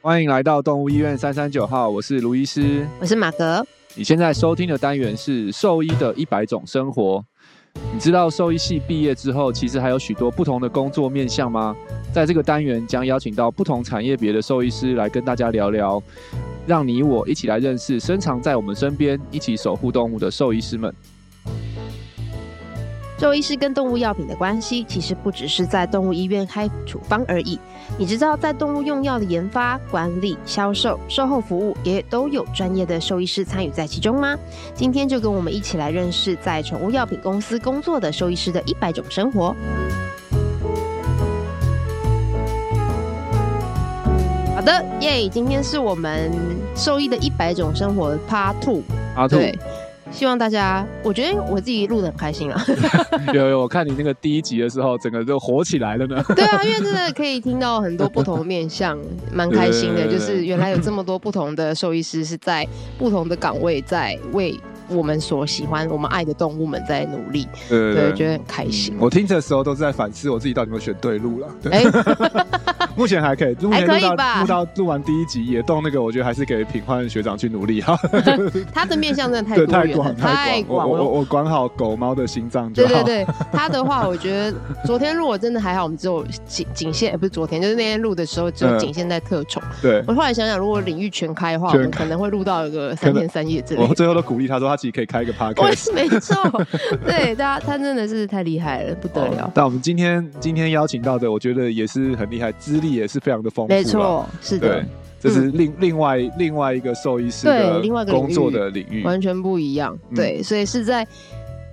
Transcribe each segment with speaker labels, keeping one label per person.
Speaker 1: 欢迎来到动物医院三三九号，我是卢医师。
Speaker 2: 我是马格，
Speaker 1: 你现在收听的单元是兽医的一百种生活。你知道兽医系毕业之后，其实还有许多不同的工作面向吗？在这个单元将邀请到不同产业别的兽医师来跟大家聊聊，让你我一起来认识深藏在我们身边、一起守护动物的兽医师们。
Speaker 2: 兽医师跟动物药品的关系其实不只是在动物医院开处方而已。你知道，在动物用药的研发、管理、销售、售后服务也都有专业的兽医师参与在其中吗？今天就跟我们一起来认识在宠物药品公司工作的兽医师的一百种生活。好的，耶！今天是我们兽医的一百种生活 Part Two，
Speaker 1: 阿兔，
Speaker 2: 对，希望大家，我觉得我自己录的很开心啊。
Speaker 1: 有有，我看你那个第一集的时候，整个就火起来了呢。
Speaker 2: 对啊，因为真的可以听到很多不同的面向，蛮开心的。
Speaker 1: 对对对
Speaker 2: 就是原来有这么多不同的兽医师是在不同的岗位，在为我们所喜欢、我们爱的动物们在努力，
Speaker 1: 对嗯
Speaker 2: 对，嗯觉得很开心。
Speaker 3: 我听着的时候都是在反思我自己到底有没有选对路了。对，
Speaker 2: 哎，
Speaker 3: 目前还可以，目
Speaker 2: 还
Speaker 3: 前
Speaker 2: 可以
Speaker 3: 录
Speaker 2: 吧
Speaker 3: 到录到录完第一集野洞那个，我觉得还是给品焕学长去努力哈。
Speaker 2: 他的面向真的太
Speaker 3: 对，
Speaker 2: 多
Speaker 3: 太
Speaker 2: 元了，
Speaker 3: 广
Speaker 2: 太
Speaker 3: 广，
Speaker 2: 广
Speaker 3: 我我
Speaker 2: 了。
Speaker 3: 我管好狗猫的心脏就
Speaker 2: 对
Speaker 3: 好。
Speaker 2: 对对，他的话，我觉得昨天录我真的还好，我们只有仅仅限，哎不是昨天，就是那天录的时候只有
Speaker 3: 嗯
Speaker 2: 仅限在特宠。
Speaker 3: 对
Speaker 2: 我后来想想，如果领域全开的话，我
Speaker 3: 全
Speaker 2: 们
Speaker 3: 开
Speaker 2: 可能会录到一个三
Speaker 3: 可能
Speaker 2: 天三夜之类的
Speaker 3: 我。最后都鼓励他说，他其实可以开一个
Speaker 2: 我
Speaker 3: podcast。
Speaker 2: 是没错， 对，他他真的是太厉害了，不得了。
Speaker 3: 但我们今天今天邀请到的，我觉得也是很厉害，资历也是非常的丰富。
Speaker 2: 没，错，是的嗯
Speaker 3: 对，，这是另另外另外一个兽医师
Speaker 2: 对
Speaker 3: 的
Speaker 2: 另外一个领域
Speaker 3: 工作的领域。
Speaker 2: 完全不一样。
Speaker 3: 嗯
Speaker 2: 对，所以是在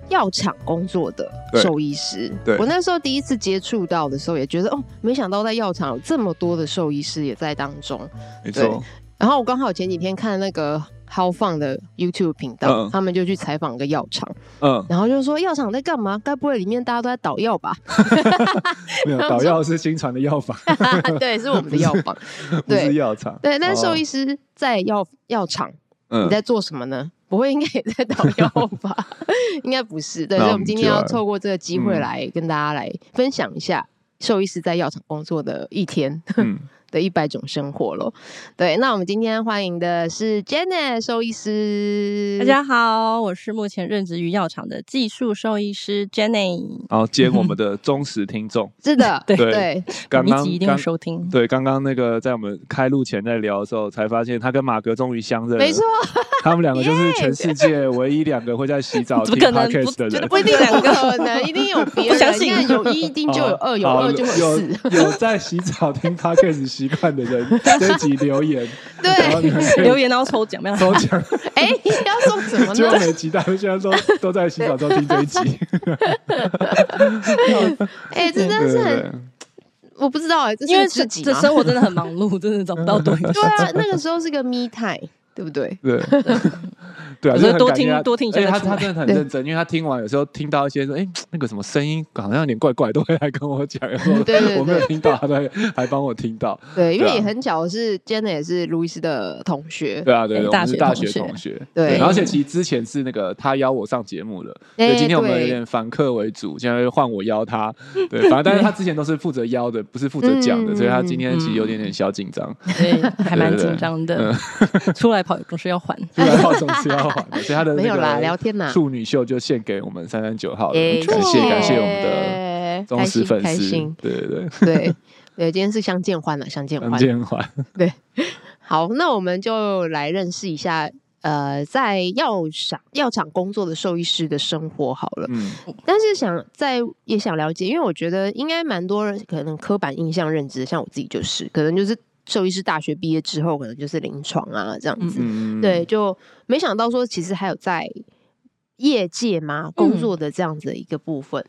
Speaker 2: 药厂工作的
Speaker 3: 对
Speaker 2: 兽医师。
Speaker 3: 对
Speaker 2: 我那时候第一次接触到的时候，也觉得哦，没想到在药厂有这么多的兽医师也在当中。
Speaker 3: 没
Speaker 2: 对
Speaker 3: 错，
Speaker 2: 然后我刚好前几天看那个。豪放的 YouTube 频道，
Speaker 3: 嗯
Speaker 2: 他们就去采访一个药厂，
Speaker 3: 嗯，
Speaker 2: 然后就说药厂在干嘛？该不会里面大家都在倒药吧？
Speaker 3: 没有
Speaker 2: 然后
Speaker 3: 导
Speaker 2: 说
Speaker 3: 药是新传的药 房，
Speaker 2: 对，是我们的药房。
Speaker 3: 不
Speaker 2: 对
Speaker 3: 是药厂。
Speaker 2: 对，但是
Speaker 3: 哦
Speaker 2: 兽医师在药药厂
Speaker 3: 嗯
Speaker 2: 你 在做什么呢？不会应该也在导药吧？ 应该不是。对，
Speaker 3: 那
Speaker 2: 所以
Speaker 3: 我
Speaker 2: 我
Speaker 3: 们
Speaker 2: 们今
Speaker 3: 就
Speaker 2: 天要
Speaker 3: 来
Speaker 2: 透过这个机会
Speaker 3: 嗯
Speaker 2: 来跟大家来分享一下兽医师在药厂工作的一天
Speaker 3: 嗯，
Speaker 2: 的一百种生活咯。对，那我们今天欢迎的是 Janet 兽医师，。
Speaker 4: 大家好，我是目前任职于药厂的技术兽医师 Jenny，
Speaker 3: 然后兼我们的忠实听众
Speaker 2: 是的，
Speaker 4: 对
Speaker 2: 对，
Speaker 3: 刚
Speaker 4: 每一
Speaker 3: 刚
Speaker 4: 集一定会
Speaker 3: 刚
Speaker 4: 收听。
Speaker 3: 对刚刚那个在我们开录前在聊的时候，才发现他跟马格终于相认了。
Speaker 2: 没错，，
Speaker 3: 他们两个就是全世界唯一两个会在洗澡
Speaker 4: 怎
Speaker 3: 听
Speaker 4: 么可能
Speaker 3: podcast 的
Speaker 4: 不觉得
Speaker 3: 人。
Speaker 4: 不一定
Speaker 2: 不可能，一定有别
Speaker 4: 不相
Speaker 2: 人，
Speaker 4: 信
Speaker 2: 你看有一一定就有二，有
Speaker 3: 好
Speaker 2: 二就会有
Speaker 3: 有
Speaker 2: 四，
Speaker 3: 有在洗澡听 podcast 习惯的 人，这一集留言，然后
Speaker 2: 对，
Speaker 3: 你们可以
Speaker 4: 留言然后抽 奖，没有啦
Speaker 3: 抽奖，
Speaker 2: 哎，要送什么
Speaker 3: 结果
Speaker 2: 呢？
Speaker 3: 每集大家现在都都在洗澡之后听这一集，
Speaker 2: 哎，这真的
Speaker 3: 对
Speaker 2: 是
Speaker 3: 对
Speaker 2: 很，
Speaker 3: 对，
Speaker 2: 我不知道哎，这
Speaker 4: 因为
Speaker 2: 是
Speaker 4: 这
Speaker 2: 自己
Speaker 4: 这 生活真的很忙碌，真的找不到对 象。
Speaker 2: 对啊，那个时候是个 me time，对不对？
Speaker 3: 对， 对啊，
Speaker 4: 我
Speaker 3: 就是
Speaker 4: 觉得
Speaker 3: 很
Speaker 4: 多
Speaker 3: 感
Speaker 4: 听
Speaker 3: 谢他
Speaker 4: 多听一下
Speaker 3: 而且
Speaker 4: 再
Speaker 3: 他
Speaker 4: 出
Speaker 3: 他
Speaker 4: 来
Speaker 3: 真的很
Speaker 2: 对
Speaker 3: 认真，因为他听完有时候听到一些说，哎，那个什么声音好像有点怪怪，都会哎来跟我讲，然后
Speaker 2: 对对
Speaker 3: 我没有
Speaker 2: 对
Speaker 3: 听到，他在还帮我听到，
Speaker 2: 对，因为
Speaker 3: 对啊
Speaker 2: 也很巧是 Jenna 也是路易斯的同学，
Speaker 3: 对啊，对，
Speaker 4: 哎
Speaker 3: 对我
Speaker 4: 大
Speaker 3: 们是
Speaker 4: 学
Speaker 3: 大
Speaker 4: 同
Speaker 3: 学
Speaker 4: 学
Speaker 3: 同学，
Speaker 2: 对
Speaker 3: 然后而且其实之前是那个他邀我上节目的，
Speaker 2: 哎
Speaker 3: 对，今天我们有
Speaker 2: 对
Speaker 3: 点反客为主，现在换我邀他，对，反正但是他之前都是负责邀的，不是负责讲
Speaker 4: 嗯
Speaker 3: 的，所以他今天其实有点点小紧张，
Speaker 4: 对，还蛮紧张的。
Speaker 2: 嗯
Speaker 4: 出来跑总是要还，
Speaker 3: 出来要总是要还的，所以他的
Speaker 2: 没有啦，
Speaker 3: 那个
Speaker 2: 聊天啦，
Speaker 3: 处女秀就献给我们三三九号了，
Speaker 2: 哎
Speaker 3: 啊感谢
Speaker 4: 对
Speaker 3: 感谢我们的。忠实粉
Speaker 2: 开
Speaker 3: 丝
Speaker 2: 心，
Speaker 3: 对对对，
Speaker 2: 开心对。对，今天是相见欢了，相见
Speaker 3: 杨
Speaker 2: 欢。
Speaker 3: 建环，
Speaker 2: 好，那我们就来认识一下，呃，在药厂药厂工作的兽医师的生活好了。
Speaker 3: 嗯，
Speaker 2: 但是想在也想了解，因为我觉得应该蛮多人可能刻板印象认知，像我自己就是，可能就是兽医师大学毕业之后，可能就是临床啊这样子。
Speaker 3: 嗯
Speaker 2: 对，，就没想到说其实还有在业界嘛工作的这样子的一个部分。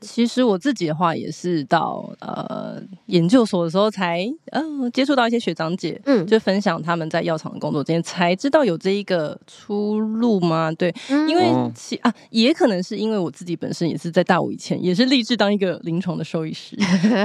Speaker 4: 其实我自己的话也是到呃研究所的时候才呃接触到一些学长姐，
Speaker 2: 嗯，
Speaker 4: 就分享他们在药厂的工作之间，才知道有这一个出路吗？对，
Speaker 2: 嗯
Speaker 4: 因为
Speaker 3: 哦
Speaker 4: 其啊，也可能是因为我自己本身也是在大五以前，也是立志当一个临床的兽医 师，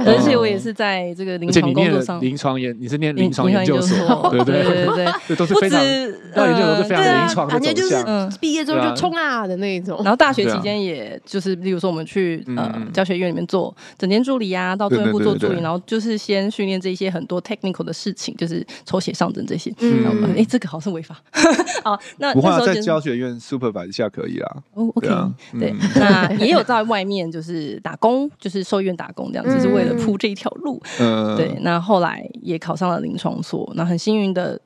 Speaker 4: 而且我也是在这个临
Speaker 3: 而且你
Speaker 4: 床工
Speaker 3: 念
Speaker 4: 作
Speaker 3: 了
Speaker 4: 上。嗯
Speaker 3: 临床研，你是念临床研究
Speaker 4: 所，
Speaker 3: 所，对
Speaker 4: 对
Speaker 3: 对，
Speaker 4: 对对，
Speaker 3: 这都是
Speaker 4: 不
Speaker 3: 非常
Speaker 4: 止
Speaker 3: 到研究所是非常
Speaker 4: 呃对啊
Speaker 3: 临床的
Speaker 2: 感觉
Speaker 3: 走
Speaker 2: 就是
Speaker 3: 向，
Speaker 4: 嗯
Speaker 2: 毕业之后
Speaker 3: 对
Speaker 2: 就
Speaker 3: 啊
Speaker 2: 冲啊的那一种
Speaker 4: 然。后大学
Speaker 3: 对啊
Speaker 4: 期间也就是，例如说我们去呃
Speaker 3: 嗯
Speaker 4: 教学院里面做整间助理啊，到住院
Speaker 3: 对
Speaker 4: 部
Speaker 3: 对
Speaker 4: 做
Speaker 3: 对
Speaker 4: 助
Speaker 3: 对
Speaker 4: 理，然后就是先训练这些很多 technical 的事情，就是抽血上针这些。
Speaker 2: 嗯
Speaker 4: 然后
Speaker 3: 嗯
Speaker 4: 哎，这个好像违法。 哦，那
Speaker 3: 不会
Speaker 4: 那
Speaker 3: 啊
Speaker 4: 时候
Speaker 3: 在
Speaker 4: 就是
Speaker 3: 教学院 supervise 下可以啦。
Speaker 4: 哦，OK，
Speaker 3: 对啊嗯
Speaker 4: 对，那也有在外面就是打工，就是兽医院打工这样子，
Speaker 2: 嗯
Speaker 4: 是为了铺这一条路。
Speaker 3: 嗯，
Speaker 4: 对，那后来也考上了临床所，那很幸运的。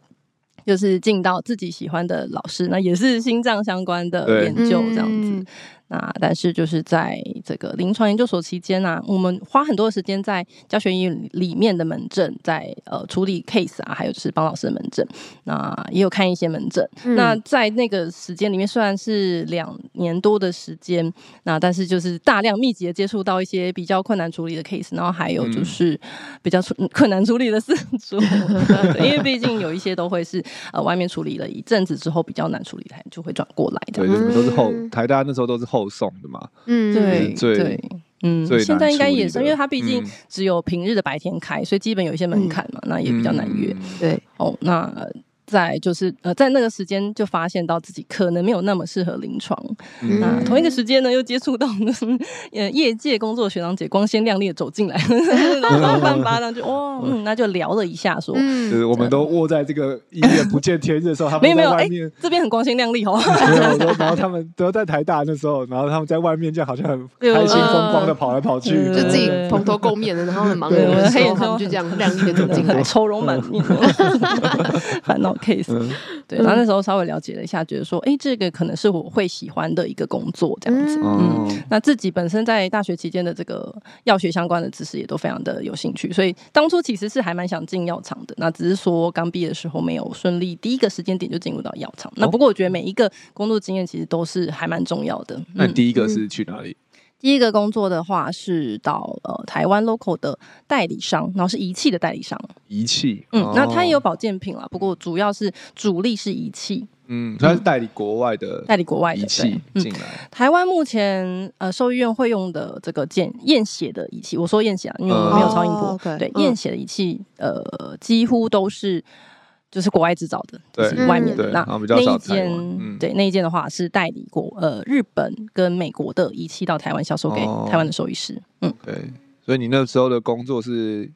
Speaker 4: 就是进到自己喜欢的老师，那也是心脏相关的
Speaker 3: 对
Speaker 4: 研究这样子。
Speaker 2: 嗯
Speaker 4: 那但是就是在这个临床研究所期间啊，我们花很多的时间在教学医院里面的门诊，在呃处理 case 啊，还有就是帮老师的门诊。那也有看一些门诊。
Speaker 2: 嗯
Speaker 4: 那在那个时间里面，虽然是两年多的时间，那但是就是大量密集的接触到一些比较困难处理的 case，然后还
Speaker 3: 嗯
Speaker 4: 有就是比较处嗯困难处理的事主，对因为毕竟有一些都会是呃外面处理了一阵子之后比较难处理，它就会转过来这
Speaker 3: 对，
Speaker 4: 样。
Speaker 3: 就你们都是后
Speaker 2: 嗯
Speaker 3: 台大那时候都是后送的嘛，
Speaker 2: 嗯
Speaker 4: 对
Speaker 3: 最
Speaker 4: 对。嗯
Speaker 3: 最，难
Speaker 4: 现在应该
Speaker 3: 处理
Speaker 4: 也是，
Speaker 3: 的
Speaker 4: 因为它毕竟
Speaker 3: 嗯
Speaker 4: 只有平日的白天开，所以基本有一些门槛嘛，那也比较难约。
Speaker 3: 嗯。
Speaker 2: 对，
Speaker 4: 哦，那呃在就是呃，在那个时间就发现到自己可能没有那么适合临床。
Speaker 3: 嗯
Speaker 4: 那
Speaker 2: 嗯
Speaker 4: 同一个时间呢，又接触到 呃业界工作的学长姐光鲜亮丽的走进来， 然 后半巴掌就哦，嗯，那就聊了一下说。
Speaker 3: 就是
Speaker 2: 嗯，
Speaker 3: 我们都窝在这个医院不见天日的时候，他们
Speaker 4: 没
Speaker 3: 都
Speaker 4: 有没有，
Speaker 3: 在
Speaker 4: 哎、
Speaker 3: 外面。
Speaker 4: 这边很光鲜亮丽哦。
Speaker 3: 没有，然后然后他们都在台大那时候，然后他们在外面就好像很
Speaker 4: 对
Speaker 3: 开心风光的跑来跑去，
Speaker 4: 嗯
Speaker 2: 就自己
Speaker 4: 啊对
Speaker 2: 蓬头垢面的，然后很忙
Speaker 4: 对
Speaker 2: 碌
Speaker 4: 我
Speaker 2: 的
Speaker 4: 的
Speaker 2: 时
Speaker 4: 黑
Speaker 2: 候，
Speaker 4: 眼
Speaker 2: 他
Speaker 4: 圈
Speaker 2: 们就这样亮丽的走进来
Speaker 4: 对，愁容满面， 烦恼 case。
Speaker 3: 嗯
Speaker 4: 对，然后那时候稍微了解了一下，觉得说，哎、这个可能是我会喜欢的一个工作，这样子。
Speaker 3: 哦，
Speaker 4: 那自己本身在大学期间的这个药学相关的知识也都非常的有兴趣，所以当初其实是还蛮想进药厂的。那只是说刚毕业的时候没有顺利，第一个时间点就进入到药厂。
Speaker 3: 哦
Speaker 4: 那不过我觉得每一个工作经验其实都是还蛮重要的。嗯
Speaker 3: 那你第一个是去哪里？
Speaker 4: 第一个工作的话是到呃台湾 local 的代理商，然后是仪器的代理商。
Speaker 3: 仪器，
Speaker 4: 嗯
Speaker 3: 哦，
Speaker 4: 那它也有，保健品啦，不过主要是主力是仪器，
Speaker 3: 嗯，他是代理国外的
Speaker 4: 代理国外的
Speaker 3: 仪
Speaker 4: 对
Speaker 3: 器
Speaker 4: 嗯
Speaker 3: 进来，
Speaker 4: 台湾目前呃兽医院会用的这个检验血的仪器，我说验血啊，因为我们没有超音波，
Speaker 2: 哦，OK，
Speaker 4: 对
Speaker 2: 嗯
Speaker 4: 验血的仪器，呃，几乎都是就是国外制造的，就
Speaker 3: 对
Speaker 4: 是外面的。
Speaker 3: 对
Speaker 4: 那
Speaker 3: 好比较
Speaker 4: 那
Speaker 3: 少
Speaker 4: 一
Speaker 3: 台湾
Speaker 4: 间、
Speaker 3: 嗯
Speaker 4: 对那一间的话是代理国呃日本跟美国的仪器到台湾销售给
Speaker 3: 哦
Speaker 4: 台湾的兽医师，嗯。
Speaker 3: 对，所以你那时候的工作是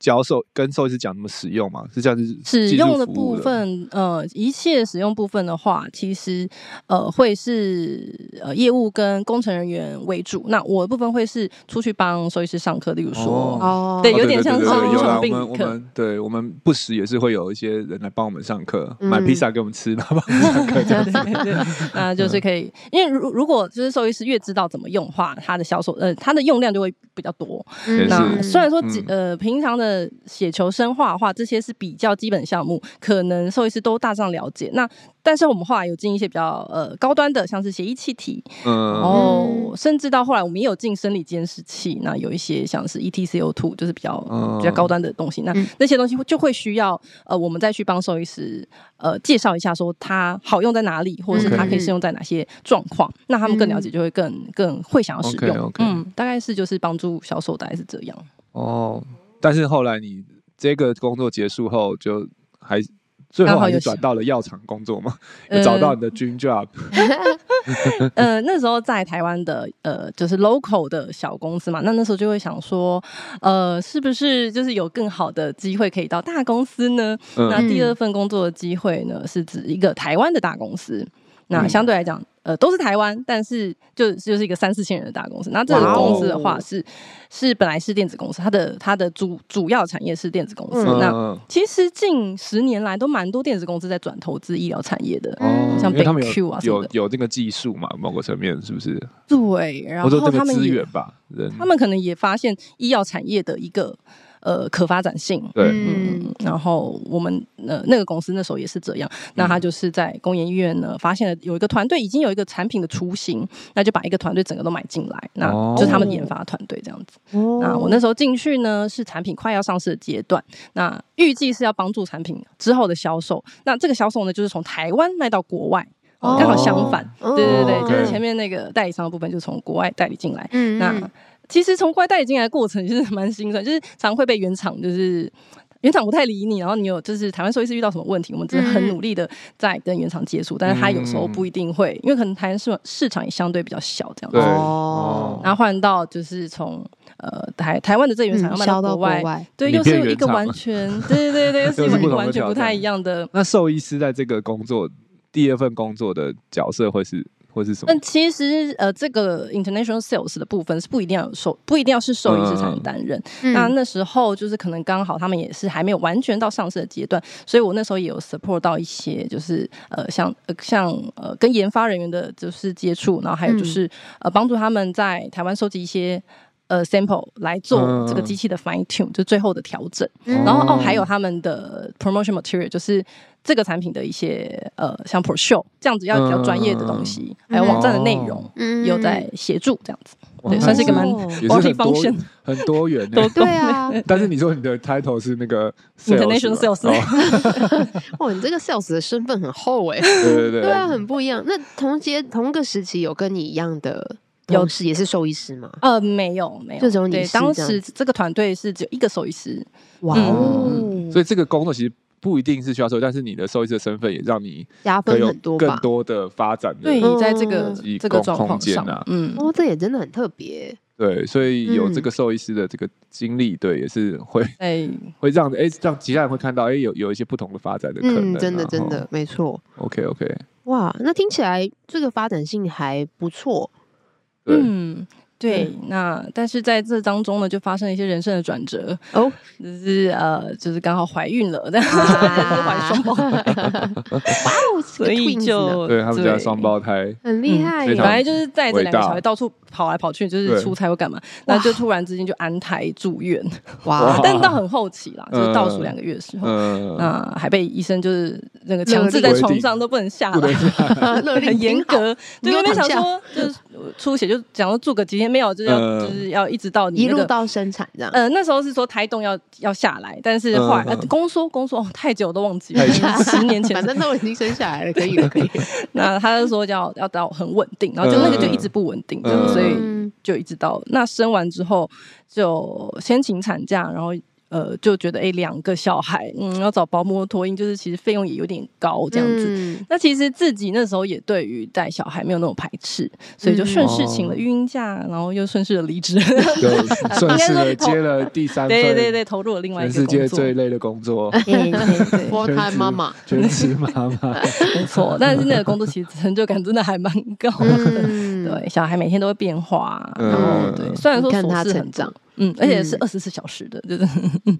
Speaker 3: 教授跟兽医师讲怎么使用嘛？是这样子，
Speaker 4: 使用的部
Speaker 3: 的，
Speaker 4: 分，呃，仪器的使用部分的话，其实呃会是呃业务跟工程人员为主。那我的部分会是出去帮兽医师上课，例如说，
Speaker 2: 哦，
Speaker 4: 对
Speaker 3: 哦
Speaker 4: 有点像
Speaker 3: 对
Speaker 2: 是
Speaker 3: 对对对有
Speaker 2: 临
Speaker 3: 啦
Speaker 4: 床
Speaker 3: 我
Speaker 4: 病
Speaker 3: 们我
Speaker 4: 理课
Speaker 3: 们对我们不时也是会有一些人来帮我们上课，买
Speaker 2: 嗯
Speaker 3: 披萨给我们吃，然后帮我们上课这样 子。
Speaker 4: 那就是可以，因为如如果就是兽医师越知道怎么用的话，它的销售呃它的用量就会比较多。
Speaker 2: 嗯
Speaker 3: 也
Speaker 4: 那
Speaker 3: 是
Speaker 4: 虽然说几、
Speaker 3: 嗯
Speaker 4: 呃平常的血球生化的话，这些是比较基本项目，可能兽医师都大致上了解。那但是我们后来有进一些比较呃高端的，像是血液气体，然
Speaker 3: 嗯，
Speaker 4: 后哦甚至到后来我们也有进生理监视器，那有一些像是 E ETCO2，就是比较、
Speaker 3: 嗯
Speaker 4: 比较高端的东西。那
Speaker 2: 嗯
Speaker 4: 那些东西就会需要呃，我们再去帮兽医师呃介绍一下，说它好用在哪里，或者是它可以适用在哪些状况。那他们更了解，就会更更会想要使用。
Speaker 3: OK，OK
Speaker 4: 嗯，大概是就是帮助销售，大概是这样。
Speaker 3: 哦，但是后来你这个工作结束后，就还最
Speaker 4: 刚
Speaker 3: 后
Speaker 4: 好
Speaker 3: 还是
Speaker 4: 有
Speaker 3: 转
Speaker 4: 想
Speaker 3: 到了药厂工作 嘛？有找到你的 dream job，嗯
Speaker 4: 呃，那时候在台湾的呃，就是 local 的小公司嘛，那那时候就会想说，呃，是不是就是有更好的机会可以到大公司呢？
Speaker 3: 嗯
Speaker 4: 那第二份工作的机会呢，是指一个台湾的大公司。那
Speaker 3: 嗯
Speaker 4: 相对来讲，呃，都是台湾，但是就就是一个三四千人的大公司。那这
Speaker 3: 哇
Speaker 4: 个
Speaker 3: 哦
Speaker 4: 公司的话是、是本来是电子公司，它的它的主主要产业是电子公司。
Speaker 3: 嗯
Speaker 4: 那
Speaker 3: 嗯
Speaker 4: 其实近十年来都蛮多电子公司在转投资医疗产业的，
Speaker 3: 哦，
Speaker 4: 像
Speaker 3: 因为他们
Speaker 4: BenQ 啊什
Speaker 3: 有有
Speaker 4: 么的
Speaker 3: 有这个技术嘛，某个层面是不是？
Speaker 4: 对，
Speaker 3: 或
Speaker 4: 然
Speaker 3: 者
Speaker 4: 后
Speaker 3: 这
Speaker 4: 他
Speaker 3: 个
Speaker 4: 们
Speaker 3: 资
Speaker 4: 也
Speaker 3: 源吧，人
Speaker 4: 他们可能也发现医药产业的一个呃可发展性。
Speaker 3: 对，
Speaker 2: 嗯嗯
Speaker 4: 嗯，然后我们呃那个公司那时候也是这样，那他就是在工研院呢发现了有一个团队已经有一个产品的雏形，那就把一个团队整个都买进来，那
Speaker 3: 哦
Speaker 4: 就是他们的研发团队这样子。
Speaker 2: 哦
Speaker 4: 那我那时候进去呢是产品快要上市的阶段，那预计是要帮助产品之后的销售，那这个销售呢就是从台湾卖到国外，
Speaker 2: 哦
Speaker 4: 刚好相反，
Speaker 2: 哦
Speaker 4: 对对对，
Speaker 2: 哦
Speaker 4: 就是前面那个代理商的部分就从国外代理进来，
Speaker 2: 嗯
Speaker 4: 那其实从国外代理进来的过程就是蛮心酸，就是常会被原厂就是原厂不太理你，然后你有就是台湾兽医师遇到什么问题，我们真的很努力的在跟原厂接
Speaker 3: 嗯
Speaker 4: 触，但是他有时候不一定会，因为可能台湾市市场也相对比较小这样
Speaker 3: 对哦
Speaker 4: 子。
Speaker 2: 哦，
Speaker 4: 然后换到就是从呃台台湾的这个原
Speaker 3: 嗯
Speaker 4: 厂要卖
Speaker 2: 销
Speaker 4: 国
Speaker 2: 到
Speaker 4: 外，
Speaker 2: 外，
Speaker 4: 对，
Speaker 3: 你
Speaker 4: 又是
Speaker 3: 变
Speaker 4: 一
Speaker 3: 原
Speaker 4: 个
Speaker 3: 厂
Speaker 4: 完
Speaker 3: 了
Speaker 4: 全 对对对，又是
Speaker 3: 又
Speaker 4: 一
Speaker 3: 是不
Speaker 4: 个
Speaker 3: 同
Speaker 4: 完
Speaker 3: 的
Speaker 4: 全
Speaker 3: 挑
Speaker 4: 不太
Speaker 3: 战
Speaker 4: 一样的
Speaker 3: 那兽医师在这个工作第二份工作的角色会是会是什么
Speaker 4: 但？其实呃，这个 international sales 的部分是不一定要有受，不一定要是兽医师才能担任。那
Speaker 2: 嗯
Speaker 4: 那时候就是可能刚好他们也是还没有完全到上市的阶段，所以我那时候也有 support 到一些就是呃像呃像呃跟研发人员的就是接触，然后还有就是、
Speaker 2: 嗯
Speaker 4: 呃帮助他们在台湾收集一些。呃，sample 来做这个机器的 fine tune，、就最后的调整。
Speaker 2: 嗯
Speaker 4: 然后哦，还有他们的 promotion material，就是这个产品的一些呃，像 pro show 这样子要比较专业的东西，还有网站的内容，
Speaker 2: 嗯
Speaker 4: 有在协助这样子，
Speaker 3: 哇
Speaker 4: 对，
Speaker 3: 那
Speaker 4: 算是一个蛮
Speaker 2: 哦
Speaker 3: 也是很多
Speaker 4: multi-function
Speaker 3: 很多元的、
Speaker 4: 都
Speaker 2: 对啊，
Speaker 3: 但是你说你的 title 是那个 sales 吧
Speaker 4: international sales，、
Speaker 3: 哦
Speaker 2: 哇，你这个 sales 的身份很厚哎，
Speaker 3: 对对 对
Speaker 2: 对啊，很不一样。那同阶同个时期有跟你一样的同事也是兽医师吗？
Speaker 4: 呃，没有没有，
Speaker 2: 就只有你
Speaker 4: 对，
Speaker 2: 是
Speaker 4: 当
Speaker 2: 这样
Speaker 4: 时这个团队是只有一个兽医师，
Speaker 2: 哇
Speaker 3: 嗯
Speaker 2: 哦，
Speaker 3: 所以这个工作其实不一定是需要兽医，但是你的兽医师的身份也让你
Speaker 2: 加
Speaker 3: 可以
Speaker 2: 分
Speaker 3: 有
Speaker 2: 很多
Speaker 3: 更
Speaker 2: 吧？
Speaker 3: 多的发展的。
Speaker 4: 对，在这个
Speaker 3: 嗯
Speaker 4: 这个
Speaker 3: 以供
Speaker 4: 状况
Speaker 3: 空间
Speaker 4: 上
Speaker 3: 啊，
Speaker 4: 嗯，
Speaker 2: 哦，这也真的很特别。
Speaker 3: 对所以有
Speaker 2: 嗯
Speaker 3: 这个兽医师的这个经历，对，也是会
Speaker 4: 哎，
Speaker 3: 会让哎让其他人会看到哎有有一些不同的发展的可能啊、
Speaker 2: 嗯，真的真的、没错。
Speaker 3: OK OK，
Speaker 2: 哇，那听起来这个发展性还不错。
Speaker 3: 对。
Speaker 4: 嗯。对，那但是在这当中呢，就发生了一些人生的转折
Speaker 2: 哦，
Speaker 4: 就是呃，就是刚好怀孕了，但 怀双胞胎，
Speaker 2: 哦，这
Speaker 4: 所
Speaker 2: 个
Speaker 4: 以
Speaker 2: twins 呢
Speaker 4: 就
Speaker 3: 对他们家双胞胎，
Speaker 2: 很厉害
Speaker 3: 非
Speaker 4: 本
Speaker 3: 常
Speaker 2: 耶。
Speaker 4: 来就是带着两个小孩到处跑来跑去，就是
Speaker 3: 对
Speaker 4: 出差或干嘛，
Speaker 2: 哇
Speaker 4: 那就突然之间就安胎 住院，
Speaker 2: 哇
Speaker 3: 哇，
Speaker 4: 但到很后期啦，
Speaker 3: 嗯
Speaker 4: 就是倒数两个月的时候，
Speaker 3: 嗯，
Speaker 4: 那还被医生就是那个强制在床上都不能下
Speaker 3: 不能
Speaker 4: 来。
Speaker 2: 勒令
Speaker 4: 很严
Speaker 2: 挺好
Speaker 4: 格，
Speaker 2: 你
Speaker 4: 对，
Speaker 2: 给我
Speaker 4: 我没
Speaker 2: 躺
Speaker 4: 想
Speaker 2: 下
Speaker 4: 说就是出血，就想说住个几天没有，就是要
Speaker 3: 嗯
Speaker 4: 就是要一直到你
Speaker 2: 一
Speaker 4: 那
Speaker 2: 路
Speaker 4: 个
Speaker 2: 到生产这样。
Speaker 4: 呃那时候是说胎动要要下来，但是后来
Speaker 3: 嗯
Speaker 4: 呃
Speaker 3: 嗯
Speaker 4: 宫缩宫缩哦太久都忘记了，
Speaker 3: 太久
Speaker 4: 十年前
Speaker 2: 反正都已经生下来了，可以了，可以了。
Speaker 4: 那他就说要要到很稳定，然后就那个就一直不稳定，这样
Speaker 3: 嗯
Speaker 4: 所以
Speaker 2: 嗯
Speaker 4: 就一直到那生完之后就先请产假，然后呃就觉得诶两个小孩，嗯要找保姆托婴，就是其实费用也有点高这样子。
Speaker 2: 嗯
Speaker 4: 那其实自己那时候也对于带小孩没有那种排斥，所以就顺势请了
Speaker 3: 嗯
Speaker 4: 育婴假，然后又顺势的离 职。
Speaker 3: 就 顺势地接了第三份，
Speaker 4: 对对对，投入了另外一
Speaker 3: 全
Speaker 4: 个
Speaker 3: 世界
Speaker 4: 工作
Speaker 3: 最。累的工作，
Speaker 4: 对对 对，
Speaker 2: ，full
Speaker 3: 全
Speaker 2: time
Speaker 3: 职
Speaker 2: 妈妈。
Speaker 3: 全职妈妈，
Speaker 4: 没错，但是那个工作其实成就感真的还蛮高的。
Speaker 2: 嗯，
Speaker 4: 对，小孩每天都会变化，啊然后
Speaker 3: 嗯
Speaker 4: 对，虽然说
Speaker 2: 你看
Speaker 4: 琐
Speaker 2: 他
Speaker 4: 事
Speaker 2: 成
Speaker 4: 很多
Speaker 2: 长，
Speaker 4: 嗯，而且是
Speaker 2: 嗯
Speaker 4: 二十四小时的，就是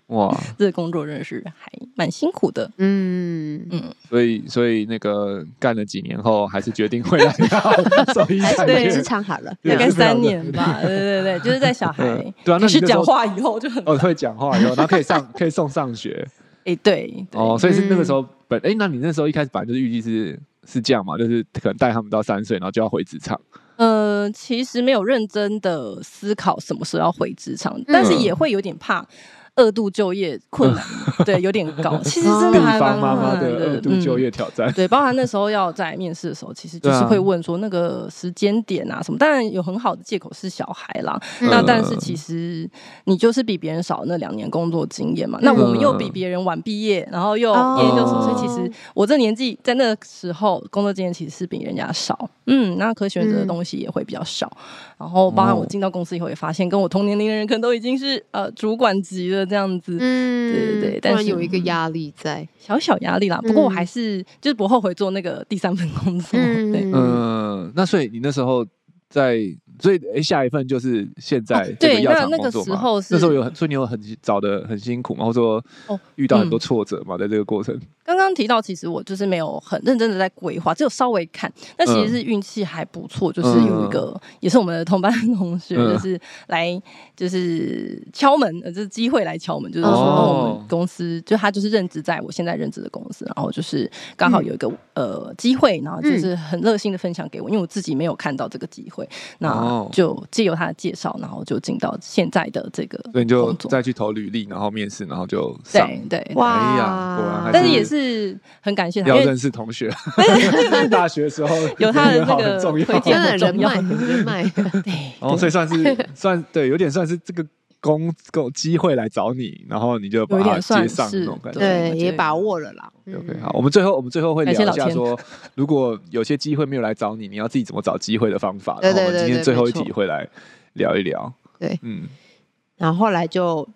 Speaker 3: 哇！
Speaker 4: 这个工作真的是还蛮辛苦的。
Speaker 2: 嗯，
Speaker 3: 所以所以那个干了几年后，还是决定 回来要兽医产
Speaker 2: 回
Speaker 3: 业
Speaker 2: 职。场好了。
Speaker 4: 大概
Speaker 3: 也是非常
Speaker 4: 三
Speaker 3: 的
Speaker 4: 年吧，对对对，就是在小孩
Speaker 3: 嗯对啊那
Speaker 4: 开
Speaker 3: 你
Speaker 4: 始
Speaker 3: 那时
Speaker 4: 讲
Speaker 3: 候
Speaker 4: 话以后就很
Speaker 3: 哦，会讲话哟，然后可以上，可以送上学
Speaker 4: 哎，对嗯
Speaker 3: 哦，
Speaker 4: 对，
Speaker 3: 所以是那个时候本哎，那你那时候一开始本来就是预计是是这样嘛，就是可能带他们到三岁，然后就要回职场，
Speaker 4: 呃，其实没有认真的思考什么时候要回职场，但是也会有点怕。二度就业困难，对，有点高。其实真
Speaker 3: 地
Speaker 4: 的还蛮
Speaker 3: 方妈妈
Speaker 4: 困
Speaker 3: 的
Speaker 4: 难
Speaker 3: 二度
Speaker 4: 嗯
Speaker 3: 就业挑战。
Speaker 4: 对，包含那时候要在面试的时候，其实就是
Speaker 3: 对啊
Speaker 4: 会问说那个时间点啊什么，当然有很好的借口是小孩啦。
Speaker 2: 嗯
Speaker 4: 那但是其实你就是比别人少那两年工作经验
Speaker 2: 嗯
Speaker 4: 嘛。那我们又比别人晚毕业，然后又
Speaker 2: 哦
Speaker 4: 研究所，所以其实我这年纪在那个时候工作经验其实是比人家少。嗯，那可选择的东西也会比较少。然后包含
Speaker 2: 哦
Speaker 4: 我进到公司以后也发现，跟我同年龄的人可能都已经是呃主管级了这样子。
Speaker 2: 嗯，
Speaker 4: 对对对
Speaker 2: 突
Speaker 4: 但
Speaker 2: 然
Speaker 4: 是
Speaker 2: 有一个压力在。
Speaker 4: 小小压力啦，不过
Speaker 2: 嗯
Speaker 4: 我还是、就是不后悔做那个第三份工作。
Speaker 2: 嗯
Speaker 4: 对，
Speaker 3: 嗯，那所以你那时候在，所以哎，下一份就是现在
Speaker 4: 哦
Speaker 3: 这个
Speaker 4: 对
Speaker 3: 药
Speaker 4: 那
Speaker 3: 厂
Speaker 4: 那
Speaker 3: 工
Speaker 4: 个
Speaker 3: 作
Speaker 4: 时
Speaker 3: 嘛
Speaker 4: 候是
Speaker 3: 那时候有很，所以你有很找的很辛苦嘛，或者说
Speaker 4: 哦
Speaker 3: 遇到很多
Speaker 4: 嗯
Speaker 3: 挫折嘛，在这个过程，
Speaker 4: 刚刚提到，其实我就是没有很认真的在规划，只有稍微看。那其
Speaker 3: 嗯
Speaker 4: 实是运气还不错，就是有一个、也是我们的同班同学，
Speaker 3: 嗯
Speaker 4: 就是来就是敲门，呃，就是机会来敲门，就是说、
Speaker 2: 哦
Speaker 4: 哦我们公司就他就是任职在我现在任职的公司，然后就是刚
Speaker 3: 嗯
Speaker 4: 好有一个、呃机会，然后就是很热心的分享给我，因为我自己没有看到这个机会，那
Speaker 3: 哦
Speaker 4: 就借由他的介绍，然后就进到现在的这个
Speaker 3: 所以你就
Speaker 4: 工作。
Speaker 3: 再去投履历，然后面试，然后就上。
Speaker 4: 对对，
Speaker 3: 哎呀果然还
Speaker 4: 但是也
Speaker 3: 是
Speaker 4: 是很感谢他，因
Speaker 3: 要
Speaker 4: 为
Speaker 3: 认识同 学，大学的时候
Speaker 4: 有他的
Speaker 3: 人好
Speaker 4: 那个
Speaker 3: 很重要
Speaker 4: 推荐
Speaker 2: 真的人脉，
Speaker 4: 很
Speaker 2: 人脉，
Speaker 4: 对
Speaker 3: 哦，所以算是算对，有点算是这个工够机会来找你，然后你就把
Speaker 4: 有
Speaker 3: 它
Speaker 4: 点
Speaker 3: 接
Speaker 4: 算
Speaker 3: 上那
Speaker 4: 是
Speaker 3: 种感觉。
Speaker 2: 对，
Speaker 4: 对
Speaker 2: 也把握了啦。嗯
Speaker 3: OK，好，我们最后我们最后会聊
Speaker 4: 感谢
Speaker 3: 一
Speaker 4: 老
Speaker 3: 下
Speaker 4: 天
Speaker 3: 说， 如果有些机会没有来找你，你要自己怎么找机会的方法。
Speaker 2: 对
Speaker 3: 然后我们
Speaker 2: 对对
Speaker 3: 今
Speaker 2: 对
Speaker 3: 天最后
Speaker 2: 没
Speaker 3: 一集
Speaker 2: 错
Speaker 3: 会来聊一聊。
Speaker 2: 对，
Speaker 3: 嗯，
Speaker 2: 然后后来就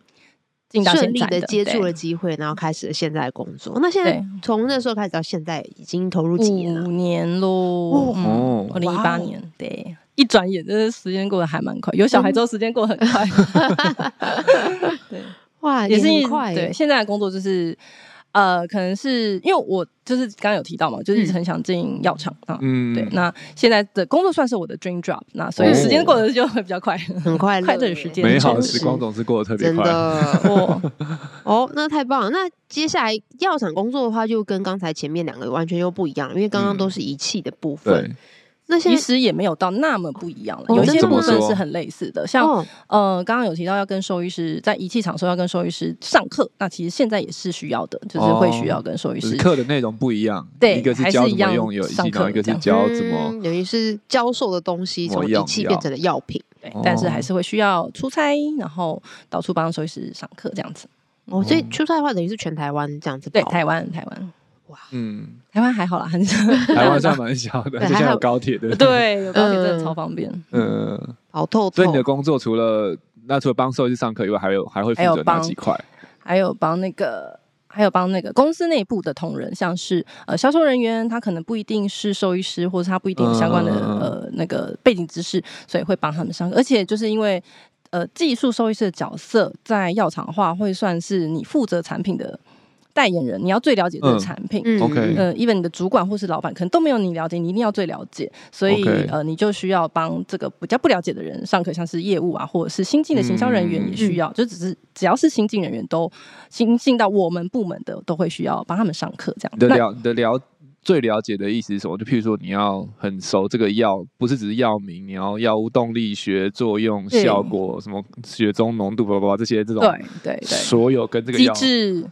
Speaker 4: 进到
Speaker 2: 顺
Speaker 4: 现
Speaker 2: 利
Speaker 4: 在
Speaker 2: 的接触
Speaker 4: 对
Speaker 2: 了机会，然后开始了现在的工作。那现在
Speaker 4: 对
Speaker 2: 从那时候开始到现在，已经投入几年了
Speaker 4: 五。年喽，
Speaker 3: 哦
Speaker 4: 嗯，二零一八年，对，一转眼，这时间过得还蛮快。有小孩之后，时间过得很快， 对，
Speaker 2: 哇，
Speaker 4: 也是
Speaker 2: 很快耶
Speaker 4: 对。现在的工作就是，呃，可能是因为我就是刚刚有提到嘛，就是一直很想进药厂啊。
Speaker 3: 嗯，
Speaker 4: 对，那现在的工作算是我的 dream job，那所以时间过得就会比较快，
Speaker 2: 很快乐
Speaker 4: 快乐的时间，
Speaker 3: 美好的
Speaker 4: 真是
Speaker 3: 时光总是过得特别
Speaker 2: 真
Speaker 3: 快。
Speaker 2: 的
Speaker 4: 哦，
Speaker 2: 哦，那太棒了。那接下来药厂工作的话，就跟刚才前面两个完全又不一样，因为刚刚都是仪器的部分。
Speaker 3: 对，
Speaker 2: 那现
Speaker 4: 其
Speaker 2: 在
Speaker 4: 实也没有到那么不一样了，
Speaker 2: 哦
Speaker 4: 有一些
Speaker 2: 真的
Speaker 4: 部
Speaker 2: 吗
Speaker 4: 分是很类似的，像
Speaker 2: 哦，
Speaker 4: 呃，刚刚有提到要跟兽医师在仪器厂说要跟兽医师上课，那其实现在也是需要的，就是会需要跟兽医
Speaker 3: 哦就
Speaker 4: 师
Speaker 3: 是。课的内容不一样，
Speaker 4: 对
Speaker 3: 一个是
Speaker 4: 还是
Speaker 3: 教
Speaker 4: 一
Speaker 3: 怎么
Speaker 4: 样
Speaker 3: 用有仪器，
Speaker 4: 上
Speaker 3: 然后
Speaker 4: 课
Speaker 3: 一个
Speaker 4: 这
Speaker 3: 是
Speaker 4: 样
Speaker 3: 教怎么。
Speaker 2: 嗯等于是教授的东西
Speaker 3: 怎么
Speaker 2: 从仪
Speaker 3: 样
Speaker 2: 器
Speaker 3: 药
Speaker 2: 变成了药品。
Speaker 4: 对
Speaker 3: 哦，
Speaker 4: 但是还是会需要出差，然后到处帮兽医师上课这样子。
Speaker 2: 哦，所以出差的话，等于是全台湾这样子
Speaker 4: 对，
Speaker 2: 跑
Speaker 4: 台湾，台湾，
Speaker 3: 嗯，
Speaker 4: 台湾还好啦，很
Speaker 3: 台湾算蛮小的，
Speaker 2: 对
Speaker 3: 而 且现
Speaker 2: 还
Speaker 3: 在
Speaker 2: 好
Speaker 3: 有高铁，对不对？
Speaker 4: 对，有高铁真的超方便。
Speaker 3: 嗯，
Speaker 2: 跑透透
Speaker 3: 所以你的工作除了那除了帮兽医上课以外，还有还会负
Speaker 4: 还有
Speaker 3: 责哪
Speaker 4: 帮
Speaker 3: 几块？
Speaker 4: 还有帮那个。还有帮那个公司内部的同仁，像是呃销售人员，他可能不一定是兽医师，或者他不一定有相关的、
Speaker 3: 嗯
Speaker 4: 呃那个背景知识，所以会帮他们上课。而且就是因为呃技术兽医师的角色在药厂的话，会算是你负责产品的代言人，你要最了解这
Speaker 3: 嗯
Speaker 4: 个产品。
Speaker 2: 嗯
Speaker 3: OK
Speaker 4: 呃，even 你的主管或是老板可能都没有你了解，你一定要最了解，所以
Speaker 3: OK
Speaker 4: 呃，你就需要帮这个比较不了解的人上课，像是业务啊，或者是新进的行销人员也
Speaker 3: 嗯
Speaker 4: 需要，就只是只要是新进人员都新进到我们部门的都会需要帮他们上课这样
Speaker 3: 你。的
Speaker 4: 那
Speaker 3: 了你的了最了解的意思是什么？就譬如说你要很熟这个药，不是只是药名，你要药物动力学、作用、
Speaker 4: 对
Speaker 3: 效果、什么血中浓度，叭叭叭这些这种，
Speaker 4: 嗯对对对，
Speaker 3: 所有跟这个
Speaker 4: 机
Speaker 3: 药
Speaker 4: 制。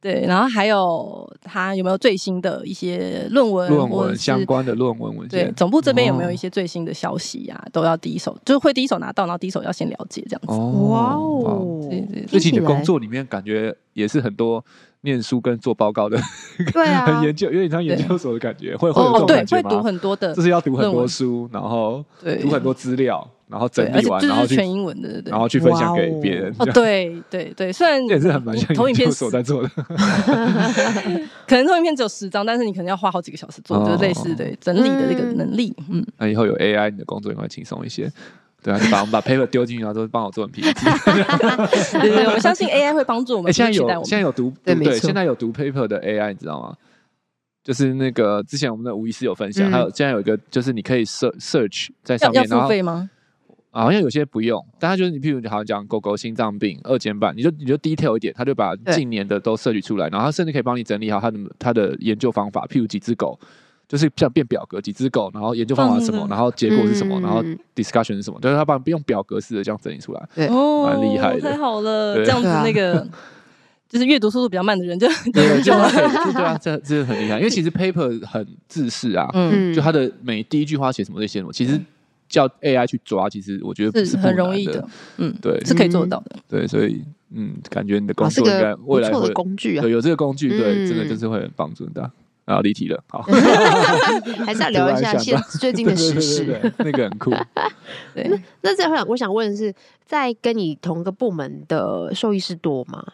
Speaker 4: 对，然后还有他有没有最新的一些论文，
Speaker 3: 论
Speaker 4: 或者
Speaker 3: 文
Speaker 4: 是
Speaker 3: 相关的论文文
Speaker 4: 对，
Speaker 3: 献。
Speaker 4: 总部这边有没有
Speaker 3: 哦
Speaker 4: 一些最新的消息啊？都要第一手，就是会第一手拿到，然后第一手要先了解这样子。
Speaker 2: 哇
Speaker 3: 哇
Speaker 2: 哦
Speaker 4: 对对对，
Speaker 3: 哦所以你的
Speaker 2: 听起来
Speaker 3: 工作里面感觉也是很多念书跟做报告的，
Speaker 2: 对啊
Speaker 3: 很， 研究，有点像研
Speaker 4: 对
Speaker 3: 究所的感觉，会会有这
Speaker 4: 哦，
Speaker 3: 种
Speaker 4: 对
Speaker 3: 感，觉
Speaker 4: 会
Speaker 3: 吗？
Speaker 4: 读很多的
Speaker 3: 就，是要读很
Speaker 4: 论
Speaker 3: 多
Speaker 4: 文
Speaker 3: 书，然后
Speaker 4: 对，
Speaker 3: 读很多资料，然后整
Speaker 4: 对，而
Speaker 3: 理
Speaker 4: 且
Speaker 3: 完，
Speaker 4: 就
Speaker 3: 然后
Speaker 4: 是
Speaker 3: 去
Speaker 4: 全英文的，对对。
Speaker 3: 然后去分享给
Speaker 2: 哇哦
Speaker 3: 别人。这
Speaker 4: 哦，
Speaker 3: 样
Speaker 4: 对对对，虽然
Speaker 3: 这也是很蛮像
Speaker 4: 投
Speaker 3: 研
Speaker 4: 影片
Speaker 3: 究所在 做的。
Speaker 4: 可能投影片只有十张，但是你可能要花好几个小时做，
Speaker 3: 哦
Speaker 4: 就是类似对整理的这个能力，嗯，
Speaker 3: 那以后有 AI，你的工作应该会轻松一些。对啊，就把我们把 paper 丢进去，然后都帮我做 成 PPT。
Speaker 4: 对对对，我们相信 AI 会帮助我
Speaker 3: 哎，
Speaker 4: 们，
Speaker 3: 现在
Speaker 4: 不是取代
Speaker 3: 有
Speaker 4: 我
Speaker 3: 现在
Speaker 4: 们，
Speaker 3: 有读
Speaker 2: 对
Speaker 3: 读
Speaker 2: 没
Speaker 3: 对，
Speaker 2: 错
Speaker 3: 现在有读 paper 的 AI，你知道吗？就是那个之前我们的吴医师有分享，
Speaker 2: 嗯
Speaker 3: 还有现在有一个就是你可以 search search 在上
Speaker 4: 要要
Speaker 3: 面，然
Speaker 4: 付
Speaker 3: 后
Speaker 4: 费吗？
Speaker 3: 啊好像有些不用，但他就是你，譬如你好像讲狗狗心脏病二尖瓣，你就你就 detail 一点，他就把
Speaker 2: 对
Speaker 3: 近年的都摄取出来，然后他甚至可以帮你整理好他的他的研究方法，譬如几只狗，就是像变表格，几只狗，然后研究方法是什么
Speaker 4: 棒，的
Speaker 3: 然后结果是什么，
Speaker 2: 嗯
Speaker 3: 然后 discussion 是什么，就是他帮你用表格式的这样整理出 来。
Speaker 2: 对
Speaker 4: 哦，
Speaker 3: 蛮厉害的
Speaker 4: 太好了，
Speaker 3: 对
Speaker 4: 这样子
Speaker 2: 对啊
Speaker 4: 那个就是阅读速度比较慢的人就
Speaker 3: 对，就可以，对啊，这这是很厉害，因为其实 paper 很自私啊，
Speaker 4: 嗯，
Speaker 3: 就他的每第一句话写什么就写什么，其
Speaker 2: 嗯
Speaker 3: 实叫 AI 去抓，其实我觉得不
Speaker 4: 是
Speaker 3: 不
Speaker 4: 很容
Speaker 3: 难
Speaker 4: 易的，嗯，
Speaker 3: 对
Speaker 4: 是可以做得到的。
Speaker 3: 对，所以嗯，感觉你的工
Speaker 2: 哇是
Speaker 3: 作应该
Speaker 2: 个不
Speaker 3: 未来
Speaker 2: 错
Speaker 3: 会
Speaker 2: 的工具啊
Speaker 3: 对，，有这个工具，对，真的
Speaker 2: 嗯
Speaker 3: 就是会很帮助的。啊，离题了，好，
Speaker 2: 还是要聊一下
Speaker 3: 突然想
Speaker 2: 现
Speaker 3: 到
Speaker 2: 最近的时
Speaker 3: 对对
Speaker 2: 事。
Speaker 3: 对对对那个很酷。
Speaker 4: 对，
Speaker 2: 那这样，我想问的是，在跟你同个部门的兽医师多吗？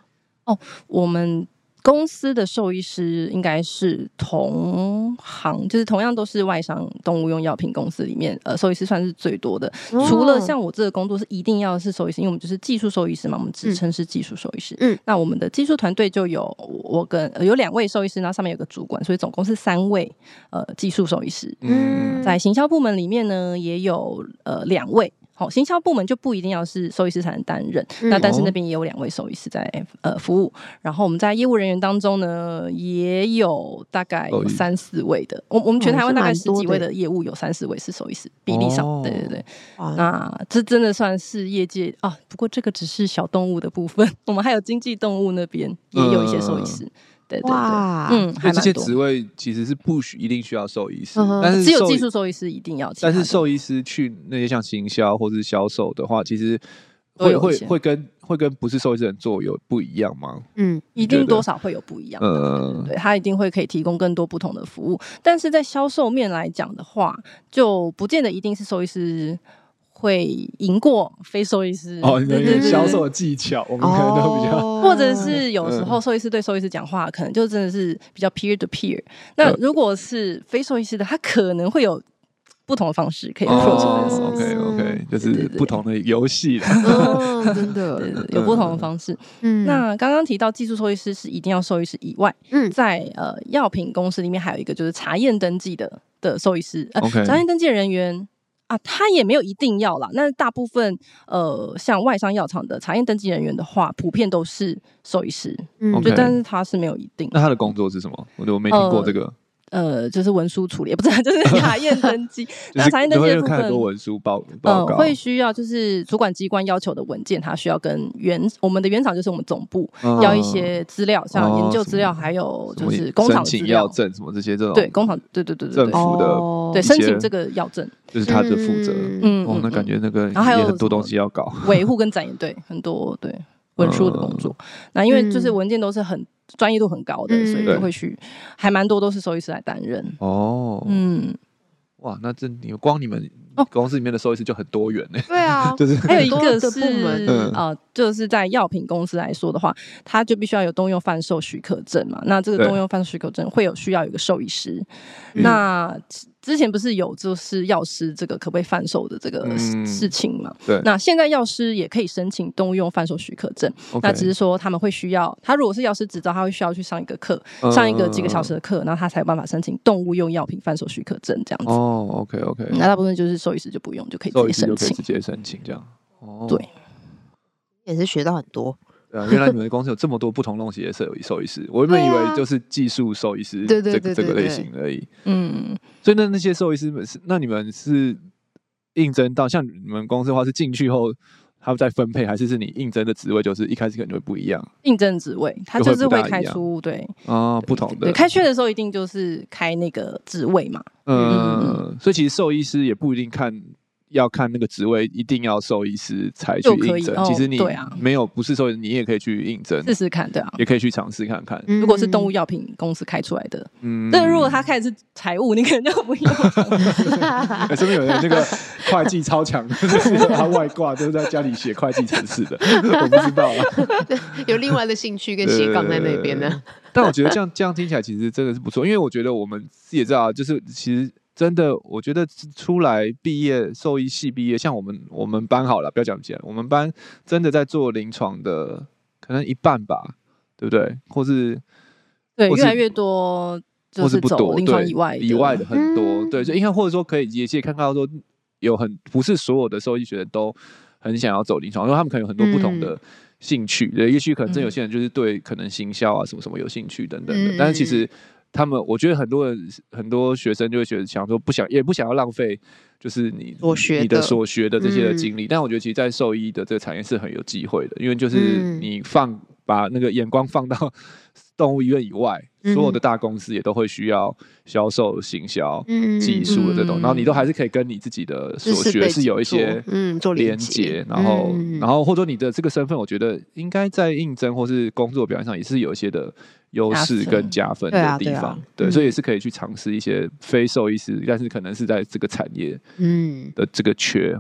Speaker 4: 我们公司的兽医师应该是同行，就是同样都是外商动物用药品公司里面，呃，兽医师算是最多的。
Speaker 2: 哦
Speaker 4: 除了像我这个工作是一定要是兽医师，因为我们就是技术兽医师嘛，我们职称是技术兽医师。
Speaker 2: 嗯，
Speaker 4: 那我们的技术团队就有我跟、呃有两位兽医师，然后上面有个主管，所以总共是三位呃技术兽医师。
Speaker 2: 嗯
Speaker 3: 嗯，
Speaker 4: 在行销部门里面呢，也有呃两位。好、行销部门就不一定要是兽医师才能担任，
Speaker 2: 嗯
Speaker 4: 那但是
Speaker 3: 哦
Speaker 4: 那边也有两位兽医师在呃服务。然后我们在业务人员当中呢，也有大概
Speaker 3: 兽
Speaker 4: 有
Speaker 3: 医
Speaker 4: 三四位的，我我们全
Speaker 2: 哦
Speaker 4: 台湾
Speaker 2: 是
Speaker 4: 大概
Speaker 2: 蛮
Speaker 4: 十
Speaker 2: 多
Speaker 4: 几
Speaker 2: 的
Speaker 4: 位
Speaker 2: 耶
Speaker 4: 的业务有三四位是兽医师，比例上，
Speaker 3: 哦
Speaker 4: 对对啊对。
Speaker 2: 哇
Speaker 4: 那这真的算是业界啊，不过这个只是小动物的部分， 我们还有经济动物那边也有一些兽医师，对对对，
Speaker 2: 哇
Speaker 4: 嗯，
Speaker 3: 嗯所
Speaker 4: 还
Speaker 3: 以这
Speaker 4: 蛮
Speaker 3: 些
Speaker 4: 多
Speaker 3: 职。位其实是不需一定需要兽医师
Speaker 2: 嗯，哼
Speaker 3: 但是
Speaker 4: 只有
Speaker 3: 兽医
Speaker 4: 技术兽医师一定要，其
Speaker 3: 但
Speaker 4: 他
Speaker 3: 是
Speaker 4: 的
Speaker 3: 兽医师去那些像行销或是销售的话，其实
Speaker 4: 都
Speaker 3: 会
Speaker 4: 有一
Speaker 3: 会
Speaker 4: 些
Speaker 3: 会跟会跟不是受益人做有不一样吗？
Speaker 2: 嗯，
Speaker 4: 一
Speaker 3: 觉得
Speaker 4: 定多少会有不一样的。
Speaker 3: 呃，
Speaker 4: 对，它一定会可以提供更多不同的服务。但是在销售面来讲的话，就不见得一定是兽医师会赢过非兽医师。
Speaker 3: 哦，你的
Speaker 4: 对
Speaker 3: 一
Speaker 4: 对
Speaker 3: 个
Speaker 4: 对
Speaker 3: 销售嗯的技巧，我们可能都比较
Speaker 2: 哦
Speaker 4: 或者是有时候兽医师对兽医师讲话，可能就真的是比较 peer to peer。那
Speaker 3: 嗯
Speaker 4: 如果是非兽医师的，他可能会有不同的方式可以
Speaker 2: 哦
Speaker 4: approach 这件
Speaker 3: OK
Speaker 4: 事情
Speaker 3: OK，就
Speaker 4: 对
Speaker 3: 是
Speaker 4: 对对
Speaker 3: 不同的游戏啦。
Speaker 2: 嗯，真的，
Speaker 4: 对对对有不同的方式。
Speaker 2: 嗯，
Speaker 4: 那刚刚提到技术兽医师是一定要兽医师以外，
Speaker 2: 嗯
Speaker 4: 在呃药品公司里面还有一个就是查验登记的的兽医师，呃
Speaker 3: OK
Speaker 4: 查验登记的人员。啊，他也没有一定要啦。那大部分呃，像外商药厂的查验登记人员的话，普遍都是兽医师，
Speaker 2: 嗯
Speaker 3: OK
Speaker 4: 就但是他是没有一定
Speaker 3: 那他的工作是什么？我我没听过
Speaker 4: 呃
Speaker 3: 这个，
Speaker 4: 呃，就是文书处理， 不是啊就是查验登记。
Speaker 3: 就
Speaker 4: 那查验
Speaker 3: 是
Speaker 4: 登
Speaker 3: 你
Speaker 4: 记
Speaker 3: 会
Speaker 4: 的部
Speaker 3: 看很
Speaker 4: 分
Speaker 3: 多，文书报 报
Speaker 4: 呃，
Speaker 3: 告，
Speaker 4: 会需要就是主管机关要求的文件，它需要跟原我们的原厂就是我们总部
Speaker 3: 嗯
Speaker 4: 要一些资料，像
Speaker 3: 哦
Speaker 4: 研究
Speaker 3: 什么
Speaker 4: 资料，还有
Speaker 3: 哦什
Speaker 4: 就
Speaker 3: 么
Speaker 4: 是工厂
Speaker 3: 申
Speaker 4: 的资
Speaker 3: 请药
Speaker 4: 料，
Speaker 3: 证什么这些这种，
Speaker 4: 对，工厂，对对对对
Speaker 3: 政
Speaker 4: 对，
Speaker 3: 府的
Speaker 2: 哦
Speaker 4: 对
Speaker 3: 一些
Speaker 4: 申请这个药证，
Speaker 3: 就是他的负责。
Speaker 2: 嗯
Speaker 4: 嗯，
Speaker 3: 哦
Speaker 4: 嗯，
Speaker 3: 那感
Speaker 4: 嗯
Speaker 3: 觉那个
Speaker 4: 然后还有
Speaker 3: 也很
Speaker 4: 什么嗯
Speaker 3: 多东西要搞。
Speaker 4: 维护跟展演对很多对文书的工作，
Speaker 3: 嗯
Speaker 4: 那因为就是文件都是很专业度很高的，
Speaker 2: 嗯
Speaker 4: 所以
Speaker 3: 对
Speaker 4: 就会去还蛮多都是兽医师来担任，
Speaker 3: 哦，
Speaker 4: 嗯，
Speaker 3: 哇，那这你光你们
Speaker 4: 哦
Speaker 3: 公司里面的收益师就很多元呢，
Speaker 2: 对啊，
Speaker 3: 就是
Speaker 4: 还有一
Speaker 2: 很
Speaker 4: 个
Speaker 2: 多
Speaker 4: 是
Speaker 2: 的部门
Speaker 3: 嗯
Speaker 4: 呃，就是在药品公司来说的话，它就必须要有动用贩售许可证嘛。那这个
Speaker 3: 对嗯
Speaker 4: 动用贩售许可证会有需要有一个兽医师。那之前不是有就是药师这个可不可以贩售的这个
Speaker 3: 嗯
Speaker 4: 事情嘛？
Speaker 3: 对
Speaker 4: 那现在药师也可以申请动用贩售许可证，那
Speaker 3: OK，
Speaker 4: 只是说他们会需要，他如果是药师执照，他会需要去上一个课，
Speaker 3: 嗯
Speaker 4: 上一个几个小时的课，然后他才有办法申请动物用药品贩售许可证这样子。
Speaker 3: 哦，OK OK，
Speaker 4: 那大部分就是兽医师就不用，就可以直
Speaker 3: 收
Speaker 4: 接
Speaker 3: 益师
Speaker 4: 申
Speaker 3: 就可以
Speaker 4: 请
Speaker 3: 直。接申请这样。哦，
Speaker 4: 对
Speaker 2: 也是学到很多，
Speaker 3: 对啊，原来你们 的公司有这么多不同东西的兽医兽医师，我原本以
Speaker 2: 对啊
Speaker 3: 为就是技术兽医师
Speaker 2: 对对
Speaker 3: 这个
Speaker 2: 对对
Speaker 3: 这个类
Speaker 2: 对
Speaker 3: 型而已。
Speaker 4: 嗯，
Speaker 3: 所以那那些兽医师们是，那你们是应征到像你们公司的话是进去后，他们再分配，还是是你应征的职位就是一开始可能就会不一样
Speaker 4: 应征职位，他就是会开出对
Speaker 3: 啊，不同
Speaker 4: 对
Speaker 3: 的。
Speaker 4: 开缺的时候一定就是开那个职位嘛，
Speaker 3: 嗯，所以其实兽医师也不一定看。要看那个职位，一定要兽医师才去
Speaker 4: 就可
Speaker 3: 应
Speaker 4: 以
Speaker 3: 征。
Speaker 4: 哦
Speaker 3: 其实你
Speaker 4: 对啊
Speaker 3: 没有不是兽医，你也可以去应征，
Speaker 4: 试试看对啊。
Speaker 3: 也可以去尝试看看。
Speaker 2: 嗯
Speaker 4: 如果是动物，药品公司开出来的，
Speaker 3: 嗯，
Speaker 4: 但如果他开的是财务，你可能就不用。
Speaker 3: 欸、身边有人那个会计超强，就是他外挂都在家里写会计程式的，我不知道啦。啊
Speaker 2: 嗯有另外的兴趣跟斜杠在那边呢。
Speaker 3: 但我觉得这样这样听起来其实真的是不错，因为我觉得我们自己也知道啊，就是其实真的，我觉得出来毕业兽医系毕业，像我们我们班好了，不要讲别人，我们班真的在做临床的，可能一半吧，对不对？或是
Speaker 4: 对，
Speaker 3: 或是
Speaker 4: 越来越多就
Speaker 3: 或是不
Speaker 4: 走
Speaker 3: 多，
Speaker 4: 临
Speaker 3: 对
Speaker 4: 床以外
Speaker 3: 以外的很多，
Speaker 2: 嗯
Speaker 3: 对，所以应该或者说可以也也看到说有很不是所有的兽医学生都很想要走临床，因为他们可能有很多不同
Speaker 2: 嗯
Speaker 3: 的兴趣，对，也许可能真有些人就是对可能行销啊什么什么有兴趣等等的，
Speaker 2: 嗯
Speaker 3: 但是其实。他们，我觉得很多人，很多学生就会觉得想说不想，也不想要浪费，就是你
Speaker 2: 所学
Speaker 3: 你的
Speaker 2: 的
Speaker 3: 所学的这些的
Speaker 2: 嗯
Speaker 3: 经历。但我觉得，其实，在兽医的这个产业是很有机会的，因为就是
Speaker 2: 嗯
Speaker 3: 你放把那个眼光放到 动物医院以外，
Speaker 2: 嗯
Speaker 3: 所有的大公司也都会需要销售、行销、
Speaker 2: 嗯
Speaker 3: 技术的这种，
Speaker 4: 嗯
Speaker 3: 然后你都还是可以跟你自己的所
Speaker 2: 知识
Speaker 3: 学
Speaker 2: 背
Speaker 3: 是有一些
Speaker 2: 做嗯做
Speaker 3: 连
Speaker 2: 连
Speaker 3: 接
Speaker 2: 接，
Speaker 3: 然后
Speaker 2: 嗯
Speaker 3: 然后或者说你的这个身份，我觉得应该在应征或是工作表现上也是有一些的优势
Speaker 4: 加分
Speaker 3: 跟加分
Speaker 2: 对啊
Speaker 3: 的地
Speaker 2: 对啊
Speaker 3: 方，
Speaker 2: 嗯
Speaker 3: 对，所以也是可以去尝试一些非兽医师，但是可能是在这个产业
Speaker 2: 嗯
Speaker 3: 的这个缺，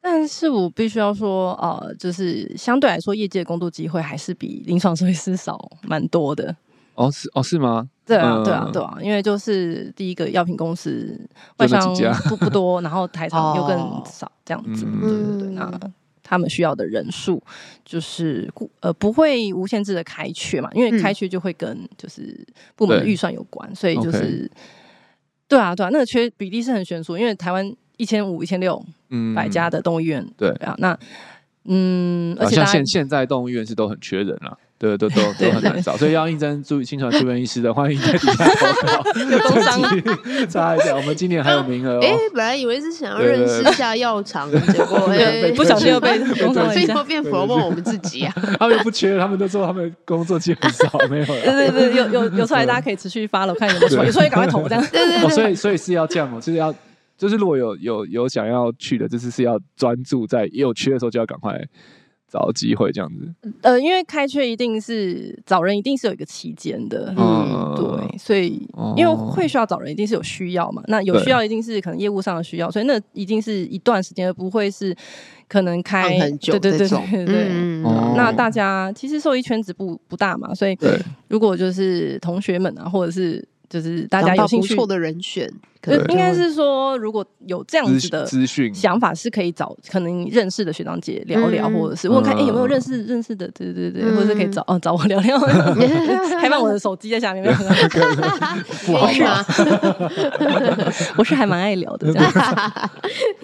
Speaker 4: 但是我必须要说，呃，就是相对来说，业界的工作机会还是比临床兽医师少蛮多的。
Speaker 3: 哦是哦是吗？
Speaker 4: 对啊，对啊
Speaker 3: 嗯，
Speaker 4: 对啊，因为就是第一个药品公司
Speaker 3: 就
Speaker 4: 外
Speaker 3: 那
Speaker 4: 商
Speaker 3: 几家
Speaker 4: 不不多，然后台厂又更
Speaker 2: 哦
Speaker 4: 少，这样子。
Speaker 3: 嗯
Speaker 4: 对对对，那他们需要的人数就是固呃不会无限制的开缺嘛，因为
Speaker 2: 嗯
Speaker 4: 开缺就会跟就是部门的
Speaker 3: 对
Speaker 4: 预算有关，所以就
Speaker 3: OK
Speaker 4: 是对啊对啊，那个缺比例是很悬殊，因为台湾一千五一千六
Speaker 3: 嗯
Speaker 4: 百家的动物医院，
Speaker 3: 对
Speaker 4: 啊，那嗯，而
Speaker 3: 啊，
Speaker 4: 且
Speaker 3: 像
Speaker 4: 大家
Speaker 3: 现现在动物医院是都很缺人啦，对， 都都都
Speaker 4: 对
Speaker 3: 很难
Speaker 4: 对
Speaker 3: 找，所以要应征住新传住院医师的，欢迎在底下 投稿。
Speaker 4: 有工伤
Speaker 3: 查一下，我们今年还有名额
Speaker 2: 哎
Speaker 3: 哦。，
Speaker 2: 本来以为是想要
Speaker 3: 对对
Speaker 2: 认识一下药厂，结果 哎
Speaker 4: 呃不小心又被 工伤了
Speaker 2: 所
Speaker 4: 一
Speaker 2: 以
Speaker 4: 下
Speaker 2: 又。变佛问我们自己啊。
Speaker 3: 他们又不缺，他们都说他们工作机会少，没有
Speaker 4: 对
Speaker 3: 啦。
Speaker 4: 对对，有有有出来，大家可以持续发了，看有没有出来，有出来赶快投这 样。
Speaker 2: 对对
Speaker 3: 哦，
Speaker 2: 对，
Speaker 3: 所以所以是要这样哦，就是要。就是如果有有有想要去的，就是是要专注在有缺的时候就要赶快找机会这样子。
Speaker 4: 呃，因为开缺一定是找人，一定是有一个期间的，
Speaker 3: 嗯
Speaker 4: 对，所以
Speaker 3: 哦
Speaker 4: 因为会需要找人，一定是有需要嘛。那有
Speaker 3: 对
Speaker 4: 需要，一定是可能业务上的需要，所以那一定是一段时间，而不会是可能开
Speaker 2: 放很久
Speaker 4: 对对
Speaker 2: 这
Speaker 4: 对
Speaker 2: 种，
Speaker 4: 对对。
Speaker 2: 嗯
Speaker 3: 哦
Speaker 4: 那大家其实受益圈子不不大嘛，所以
Speaker 3: 对，
Speaker 4: 如果就是同学们啊，或者是就是大家
Speaker 2: 想
Speaker 4: 有
Speaker 2: 到
Speaker 4: 兴
Speaker 2: 不
Speaker 4: 趣，
Speaker 2: 错的人选，可
Speaker 4: 呃
Speaker 2: 能就
Speaker 4: 应该
Speaker 2: 会
Speaker 4: 是说如果有这样
Speaker 3: 资
Speaker 4: 子的
Speaker 3: 资讯
Speaker 4: 想法是可以找可能你认识的学长姐聊聊，
Speaker 2: 嗯
Speaker 4: 或者是问看哎、
Speaker 3: 嗯
Speaker 4: 诶有没有认识认识的，对对对，
Speaker 2: 嗯
Speaker 4: 或者是可以找哦找我聊聊，开放我的手机在下面，没有
Speaker 3: 不好
Speaker 2: 愿意
Speaker 3: 吧？
Speaker 2: 吗？
Speaker 4: 我是还蛮爱聊的这样，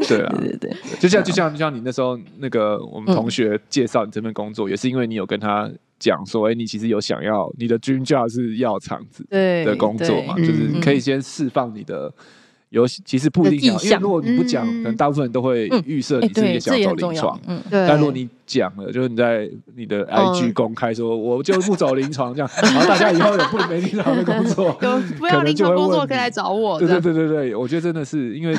Speaker 3: 对啊，
Speaker 4: 对对对，
Speaker 3: 就像就像就像你那时候那个
Speaker 4: 嗯
Speaker 3: 我们同学介绍你这份工作，也是因为你有跟他讲说，哎，你其实有想要你的均价是药厂子
Speaker 4: 对
Speaker 3: 的工作嘛，
Speaker 4: 对
Speaker 3: 就是
Speaker 4: 嗯
Speaker 3: 可以先释放你的。有其实不一定
Speaker 4: 的
Speaker 3: 讲，
Speaker 4: 意
Speaker 3: 因为
Speaker 4: 向
Speaker 3: 如果你不讲，
Speaker 2: 嗯
Speaker 3: 可能大部分人都会
Speaker 4: 嗯
Speaker 3: 预设
Speaker 4: 哎
Speaker 3: 你自己
Speaker 4: 对，嗯
Speaker 3: 想
Speaker 4: 这也
Speaker 3: 要走
Speaker 4: 很重
Speaker 3: 临
Speaker 4: 要
Speaker 3: 床。，
Speaker 4: 嗯，
Speaker 2: 对，，
Speaker 3: 但如果你讲了，就是你在你的 IG 公开说，我就不走临床这样，然后大家以后有不没临床的工作
Speaker 2: 有不要
Speaker 3: 可能
Speaker 2: 临
Speaker 3: 就
Speaker 2: 床
Speaker 3: 会
Speaker 2: 工
Speaker 3: 问
Speaker 2: 作可
Speaker 3: 你
Speaker 2: 以来找
Speaker 4: 哦
Speaker 2: 我，
Speaker 3: 对
Speaker 2: 这
Speaker 3: 对
Speaker 2: 样
Speaker 3: 对对对，我觉得真的是 因为